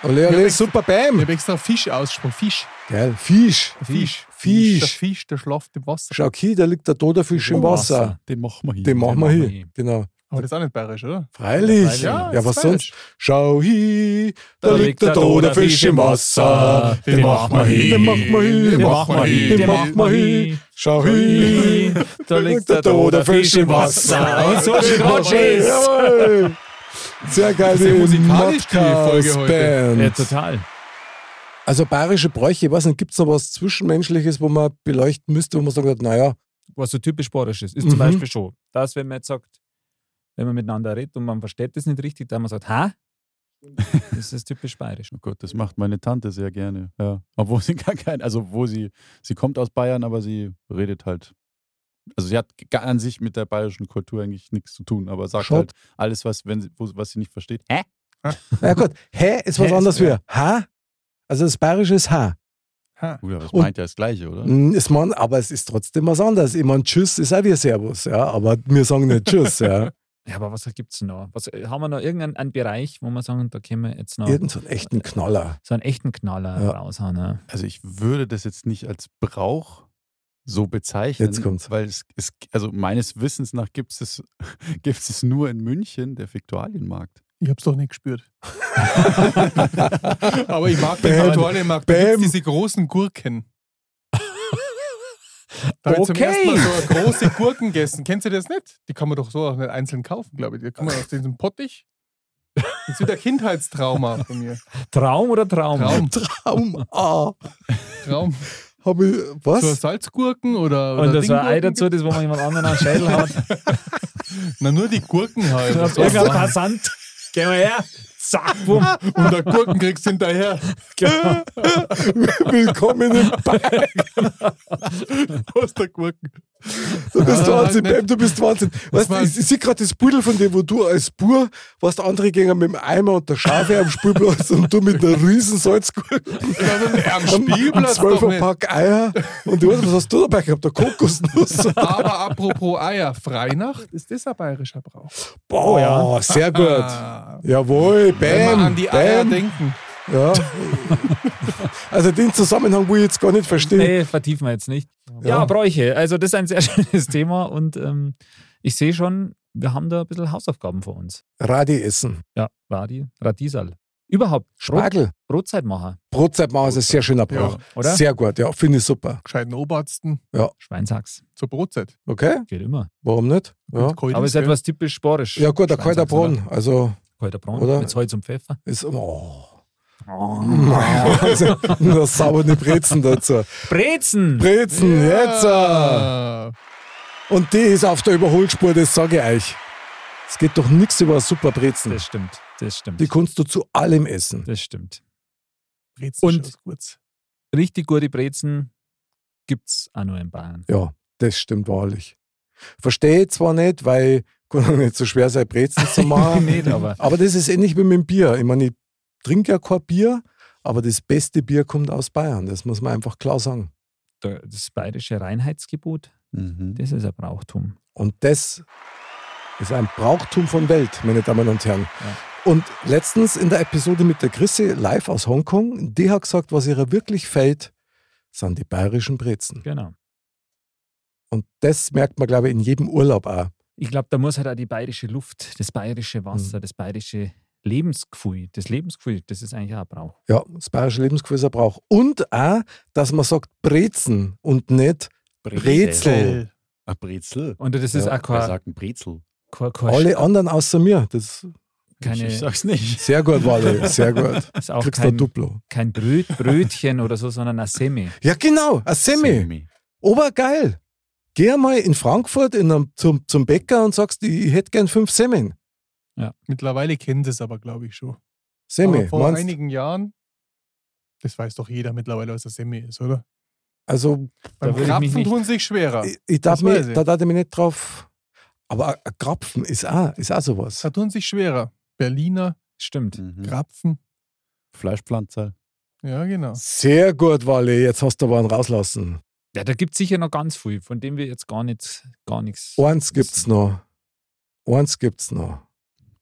A: Ole, ole, super
D: Ich
A: Bam!
D: habe extra Fisch ausgesprochen. Fisch.
A: Geil. Fisch.
D: Der Fisch.
A: Fisch.
D: Der Fisch, der schlaft im Wasser.
A: Schau, hier, da liegt der tote Fisch im
B: Im
A: Wasser.
B: Wasser.
E: Den machen wir hier.
A: Den machen wir
B: machen wir
A: hier.
B: hin.
A: Genau.
D: Aber das ist auch nicht bayerisch, oder?
A: Freilich.
B: Ja,
A: Ja,
D: ist
A: was
D: bayerisch.
A: sonst? Schau hier, da liegt der tote Fisch im Wasser. Den machen wir hin. Den machen wir hin. Den machen wir hin. Den machen wir hin. Schau hier.
B: Da liegt der tote Fisch im Wasser. Und so schön
A: Ja,
B: rutsch ist.
A: jawohl. Sehr geil,
D: ist ja musikalisch, die Folge heute.
B: Ja,
A: Band.
B: total.
A: Also bayerische Bräuche, ich weiß nicht, gibt es noch was Zwischenmenschliches, wo man beleuchten müsste, wo man sagt, naja,
B: Was so typisch bayerisch ist, ist zum
A: Mhm.
B: Beispiel schon, dass wenn man jetzt sagt, wenn man miteinander redet und man versteht das nicht richtig, dann man sagt, ha? Das ist typisch bayerisch.
E: Oh Gott, das macht meine Tante sehr gerne. Ja. Obwohl sie gar kein, also wo sie, sie kommt aus Bayern, aber sie redet halt. Also sie hat gar an sich mit der bayerischen Kultur eigentlich nichts zu tun, aber sagt
A: Schaut.
E: halt alles, was, wenn sie, wo, was sie nicht versteht. Hä?
A: na gut, hä ist
B: Hä
A: was
B: ist-
A: anderes wie ha. Also das bayerische ist ha.
D: Ha.
E: Gut, aber es
A: Und-
E: meint ja das Gleiche, oder?
A: Mm, Ist man, aber es ist trotzdem was anderes. Ich meine, tschüss ist auch wie Servus, ja, aber wir sagen nicht tschüss, ja.
B: Ja, aber was gibt's denn noch? Was, haben wir noch irgendeinen einen Bereich, wo wir sagen, da können wir jetzt noch
A: Irgend so einen echten Knaller.
B: so einen echten Knaller
A: Ja.
B: raushauen? Ne?
E: Also ich würde das jetzt nicht als Brauch so bezeichnen.
A: Jetzt kommt's.
E: Weil es, es also meines Wissens nach gibt es es- gibt's es nur in München, der Viktualienmarkt.
D: Ich hab's doch nicht gespürt. Aber ich mag den
A: Bäm.
D: Viktualienmarkt. Da gibt's
A: Bäm.
D: diese großen Gurken. Da hab ich zum
B: Okay.
D: ersten Mal so eine große Gurken gegessen. Kennst du das nicht? Die kann man doch so auch nicht einzeln kaufen, glaube ich. Die kann man aus diesem Pottich. Das ist wieder Kindheitstrauma von mir.
B: Traum oder Traum?
D: Traum,
A: Traum, ah,
D: Traum.
A: hab ich,
D: So
A: was?
D: Salzgurken oder, oder
B: Und das war
D: Dinggurken
B: Ei dazu, das wo man jemand anderen an den Schädel hat.
D: gibt- Na, nur die Gurken halt.
B: Und
D: So.
B: Irgendein Passant. Geh mal her. Zack, bumm.
D: Und der Gurken kriegst du hinterher.
A: Willkommen im Bayern.
D: Aus der Gurken.
A: Du bist
D: Ja,
A: Wahnsinn,
D: halt nicht.
A: Bam, du bist Wahnsinn. Weißt, du,
D: war-
A: ich, ich sehe gerade das Pudel von dir, wo du als Bur warst, andere Gänger mit dem Eimer und der Schafe am Spülplatz und du mit einer riesen Salzgurke
D: Am
A: am, am
D: Spielplatz doch nicht.
A: Zwölferpack Eier. Und ich weiß nicht, was hast du dabei gehabt? Eine Kokosnuss.
D: Aber apropos Eier, Freinacht, ist das ein bayerischer Brauch?
A: Boah, ja. sehr gut.
D: Ah,
A: Jawohl,
D: wenn wir
A: Bam,
D: an die Eier
A: Bam.
D: denken.
A: Ja. Also den Zusammenhang will ich jetzt gar nicht verstehen.
B: Nee, vertiefen wir jetzt nicht. Ja, Bräuche. Also, das ist ein sehr schönes Thema und ähm, ich sehe schon, wir haben da ein bisschen Hausaufgaben vor uns.
A: Radi essen.
B: Ja, Radi, Radisal. Überhaupt, Brot,
A: Spargel.
B: Brotzeitmacher,
A: Brotzeitmauer ist ein sehr schöner Brauch.
B: oder?
A: Sehr gut, ja, finde ich super.
D: Gescheiten Obersten
B: Schweinsachs,
D: zur Brotzeit.
A: Okay,
B: geht immer.
A: warum nicht? Ja,
D: Kalt
B: Aber ist halt
D: gell?
B: etwas typisch sporisch.
A: ja gut, der kalter Brunnen. Also
B: Kalter Braun,
A: Oder?
B: mit Salz und Pfeffer.
A: ist. Oh. Also, nur saubere Brezen dazu.
B: Brezen!
A: Brezen, jetzt! äh.
D: Ah,
A: Und die ist auf der Überholspur, das sage ich euch. Es geht doch nichts über super Brezen.
B: das stimmt, das stimmt,
A: Die kannst du zu allem essen.
B: das stimmt.
D: Brezen
B: Und-
D: schaut's kurz.
B: Richtig gute Brezen gibt's auch nur in Bayern.
A: Ja, das stimmt wahrlich. Verstehe ich zwar nicht, weil kann auch nicht so schwer sein, Brezen zu machen.
B: Nicht, aber
A: Aber das ist ähnlich wie mit dem Bier. Ich meine, ich trinke ja kein Bier, aber das beste Bier kommt aus Bayern. Das muss man einfach klar sagen.
B: da- das bayerische Reinheitsgebot,
E: Mhm.
B: das ist ein Brauchtum.
A: Und das ist ein Brauchtum von Welt, meine Damen und Herren. Und letztens in der Episode mit der Chrissy live aus Hongkong, die hat gesagt, was ihrer wirklich fällt, sind die bayerischen Brezen.
B: Genau.
A: Und das merkt man, glaube ich, in jedem Urlaub auch.
B: Ich glaube, da muss halt auch die bayerische Luft, das bayerische Wasser, das bayerische Lebensgefühl, das Lebensgefühl, das ist eigentlich auch ein Brauch.
A: Ja, das bayerische Lebensgefühl braucht. Und auch, dass man sagt Brezen und nicht Brezel.
E: Ein Brezel?
B: Und das ist
A: Ja,
B: auch
E: Wer
B: kein,
E: sagt ein Brezel?
B: kein, kein
A: Alle anderen außer mir. Das
B: keine,
E: Ich sag's nicht.
A: sehr gut, Wally, sehr gut.
B: ist auch
A: Kriegst du ein
B: kein,
A: Duplo.
B: kein Bröt, Brötchen oder so, sondern ein Semi.
A: Ja, genau, ein Semi. Obergeil. Geh mal in Frankfurt in einem, zum, zum Bäcker und sagst, ich, ich hätte gern fünf Semmeln.
D: Mittlerweile kennen sie es aber, glaube ich, schon.
A: Semmel,
D: aber vor
A: meinst
D: einigen Jahren, das weiß doch jeder mittlerweile, was das Semi ist, oder?
A: Also,
D: Beim
B: würde ich mich
D: Krapfen
B: nicht-
D: tun sich schwerer.
A: ich, ich darf
D: das
A: mich,
D: weiß ich.
A: da darf ich mich nicht drauf. Aber ein Krapfen ist auch, ist auch sowas.
D: Da tun sich schwerer. Berliner,
B: Stimmt.
E: Mhm.
D: Krapfen.
E: Fleischpflanzer.
D: Ja, genau.
A: Sehr gut, Wally, jetzt hast du aber einen rauslassen.
B: Ja, da gibt es sicher noch ganz viel, von dem wir jetzt gar nichts, gar nichts.
A: Eins gibt's noch. Eins gibt's noch.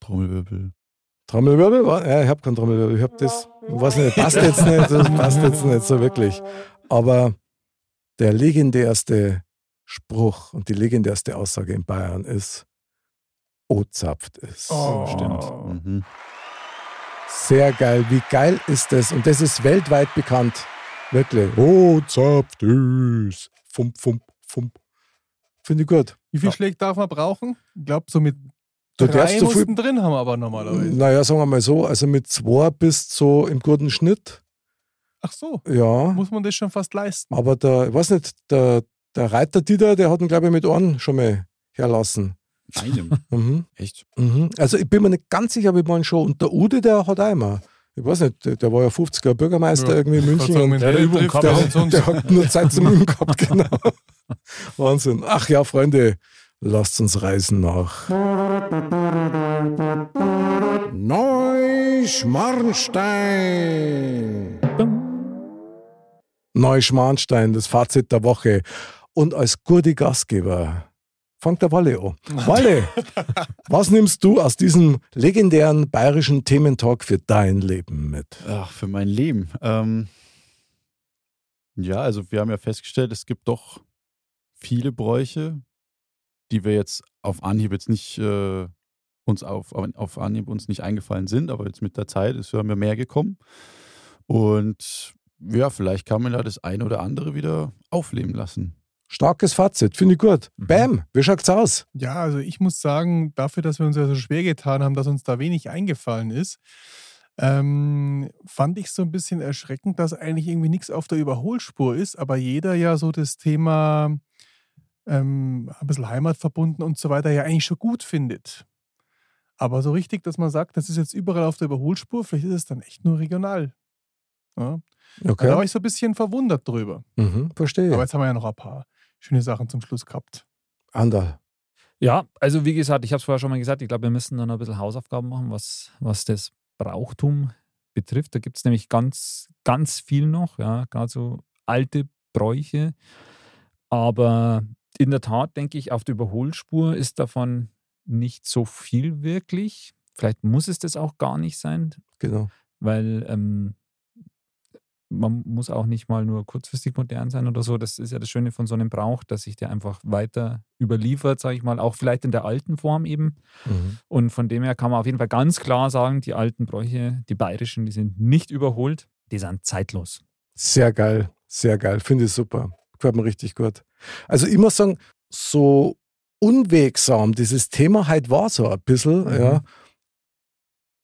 E: Trommelwirbel.
A: Trommelwirbel? Wa- Ja, ich habe keinen Trommelwirbel. Ich habe das, weiß nicht, passt jetzt nicht, das passt jetzt nicht so wirklich. Aber der legendärste Spruch und die legendärste Aussage in Bayern ist, O zapft es.
D: Oh,
A: Hm.
E: Stimmt. Mhm.
A: Sehr geil. Wie geil ist das? Und das ist weltweit bekannt. Wirklich. O zapft es. Fump, fump, fump. Finde ich gut.
D: Wie viel Schläge darf man brauchen? Ich glaube, so mit
A: Du Hm.
D: drei
A: darfst so viel
D: mussten drin haben, aber normalerweise.
A: Naja, sagen wir mal so, also mit zwei bist so im guten Schnitt.
D: Ach so,
A: Ja.
D: muss man das schon fast leisten.
A: Aber der, ich weiß nicht, der, der Reiter Dieter, der hat ihn, glaube ich, mit Ohren schon mal herlassen.
E: Einem.
A: Mhm.
E: Echt?
A: Mhm. Also ich bin mir nicht ganz sicher, wie man schon. Und der Ude, der hat auch immer. Ich weiß nicht, der, der war ja 50er Bürgermeister
D: Ja,
A: irgendwie in
D: Kannst
A: München.
D: sagen,
A: und
D: mit
B: der hat
D: Hell
B: Übung
D: trifft
B: gehabt,
D: er
A: der,
B: ja.
D: und sonst.
A: der hat nur Zeit zum Üben gehabt, genau. Wahnsinn. Ach ja, Freunde, lasst uns reisen nach.
F: Neuschmarnstein.
A: Neuschmarnstein, das Fazit der Woche. Und als gute Gastgeber fangt der Walle an. Walle, was nimmst du aus diesem legendären bayerischen Thementalk für dein Leben mit?
E: Ach, für mein Leben. Ähm, ja, also wir haben ja festgestellt, es gibt doch viele Bräuche, die wir jetzt auf Anhieb jetzt nicht äh, uns auf, auf auf Anhieb uns nicht eingefallen sind, aber jetzt mit der Zeit ist haben wir mehr gekommen und ja, vielleicht kann man da das eine oder andere wieder aufleben lassen.
A: Starkes Fazit, finde ich gut.
B: Mhm.
A: Bam, wie schaut's aus?
D: Ja, also ich muss sagen, dafür, dass wir uns ja so schwer getan haben, dass uns da wenig eingefallen ist, ähm, fand ich so ein bisschen erschreckend, dass eigentlich irgendwie nichts auf der Überholspur ist, aber jeder ja so das Thema ähm, ein bisschen Heimat verbunden und so weiter ja eigentlich schon gut findet. Aber so richtig, dass man sagt, das ist jetzt überall auf der Überholspur, vielleicht ist es dann echt nur regional. Ja,
A: Okay,
D: Da war ich so ein bisschen verwundert drüber.
A: mhm, verstehe.
D: Aber jetzt haben wir ja noch ein paar schöne Sachen zum Schluss gehabt.
A: Anderl.
B: Ja, also wie gesagt, ich habe es vorher schon mal gesagt, ich glaube, wir müssen dann ein bisschen Hausaufgaben machen, was, was das Brauchtum betrifft. Da gibt es nämlich ganz, ganz viel noch, ja, gerade so alte Bräuche. Aber in der Tat denke ich, auf der Überholspur ist davon nicht so viel wirklich. Vielleicht muss es das auch gar nicht sein,
A: Genau.
B: weil ähm, man muss auch nicht mal nur kurzfristig modern sein oder so. Das ist ja das Schöne von so einem Brauch, dass sich der einfach weiter überliefert, sage ich mal, auch vielleicht in der alten Form eben.
A: Mhm.
B: Und von dem her kann man auf jeden Fall ganz klar sagen, die alten Bräuche, die bayerischen, die sind nicht überholt, die sind zeitlos.
A: Sehr geil, sehr geil. Finde ich super. Gefällt mir richtig gut. Also ich muss sagen, so unwegsam dieses Thema halt war so ein bisschen,
B: Mhm.
A: ja.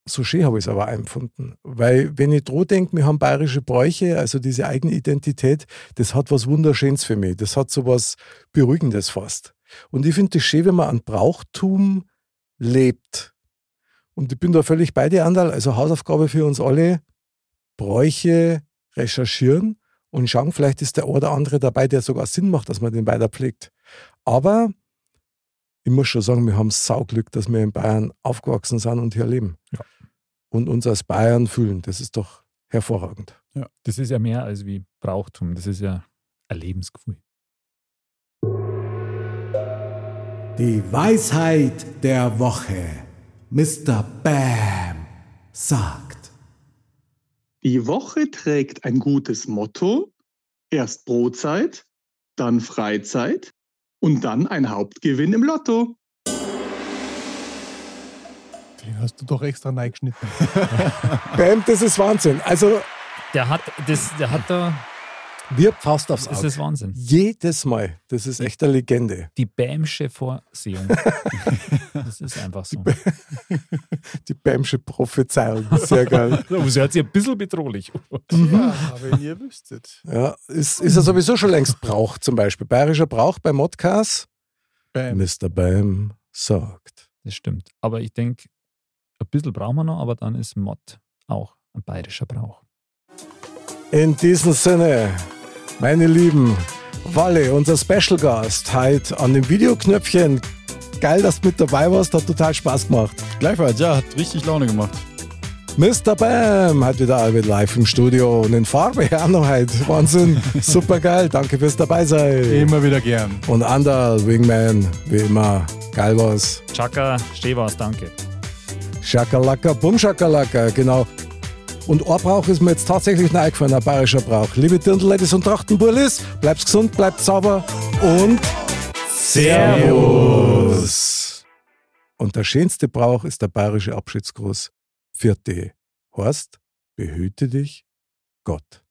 A: So schön habe ich es aber empfunden. Weil wenn ich dran denke, wir haben bayerische Bräuche, also diese eigene Identität, das hat was Wunderschönes für mich. Das hat so was Beruhigendes fast. Und ich finde es schön, wenn man an Brauchtum lebt. Und ich bin da völlig bei dir, Andal. Also Hausaufgabe für uns alle, Bräuche recherchieren und schauen, vielleicht ist der oder andere dabei, der sogar Sinn macht, dass man den weiterpflegt. Aber ich muss schon sagen, wir haben Sauglück, dass wir in Bayern aufgewachsen sind und hier leben.
B: Ja.
A: Und uns als Bayern fühlen. Das ist doch hervorragend.
B: Das ist ja mehr als wie Brauchtum, das ist ja ein Lebensgefühl.
F: Die Weisheit der Woche. Mr. Bam sagt.
G: Die Woche trägt ein gutes Motto. Erst Brotzeit, dann Freizeit und dann ein Hauptgewinn im Lotto.
D: Den hast du doch extra neigeschnitten.
A: Bam, das ist Wahnsinn. Also
B: Der hat, das, der hat da,
A: wir Faust aufs
B: das ist
A: Auge.
B: das Wahnsinn.
A: Jedes Mal. Das ist echt eine Legende.
B: Die Bämsche Vorsehung. Das ist einfach so.
A: Die Bamsche Prophezeiung. Sehr geil.
B: Das hört sich ein bisschen bedrohlich.
D: ja, wenn ihr wüsstet.
A: Ja, ist, ist ja sowieso schon längst Brauch zum Beispiel. Bayerischer Brauch bei Modcast.
D: Bam.
A: Mr. Bam sagt.
B: Das stimmt. Aber ich denke, ein bisschen brauchen wir noch, aber dann ist Mott auch ein bayerischer Brauch.
A: In diesem Sinne, meine Lieben, Walle, unser Special Guest, halt an dem Videoknöpfchen. Geil, dass du mit dabei warst, hat total Spaß gemacht.
E: Gleichfalls, ja, hat richtig Laune gemacht.
A: Mr. Bam hat wieder Albert live im Studio und in Farbe auch noch heute. Wahnsinn, super geil, danke fürs dabei sein.
D: Immer wieder gern.
A: Und Andal, Wingman, wie immer, geil was.
B: Chaka, steh was, danke.
A: Schakalaka, Bumschakalaka, genau. Und ein Brauch ist mir jetzt tatsächlich noch eingefallen, ein bayerischer Brauch. Liebe Dirndl-Ladies und Trachtenbullis, bleibt's gesund, bleibt sauber und Servus! Und der schönste Brauch ist der bayerische Abschiedsgruß. Vierte. Horst, behüte dich, Gott.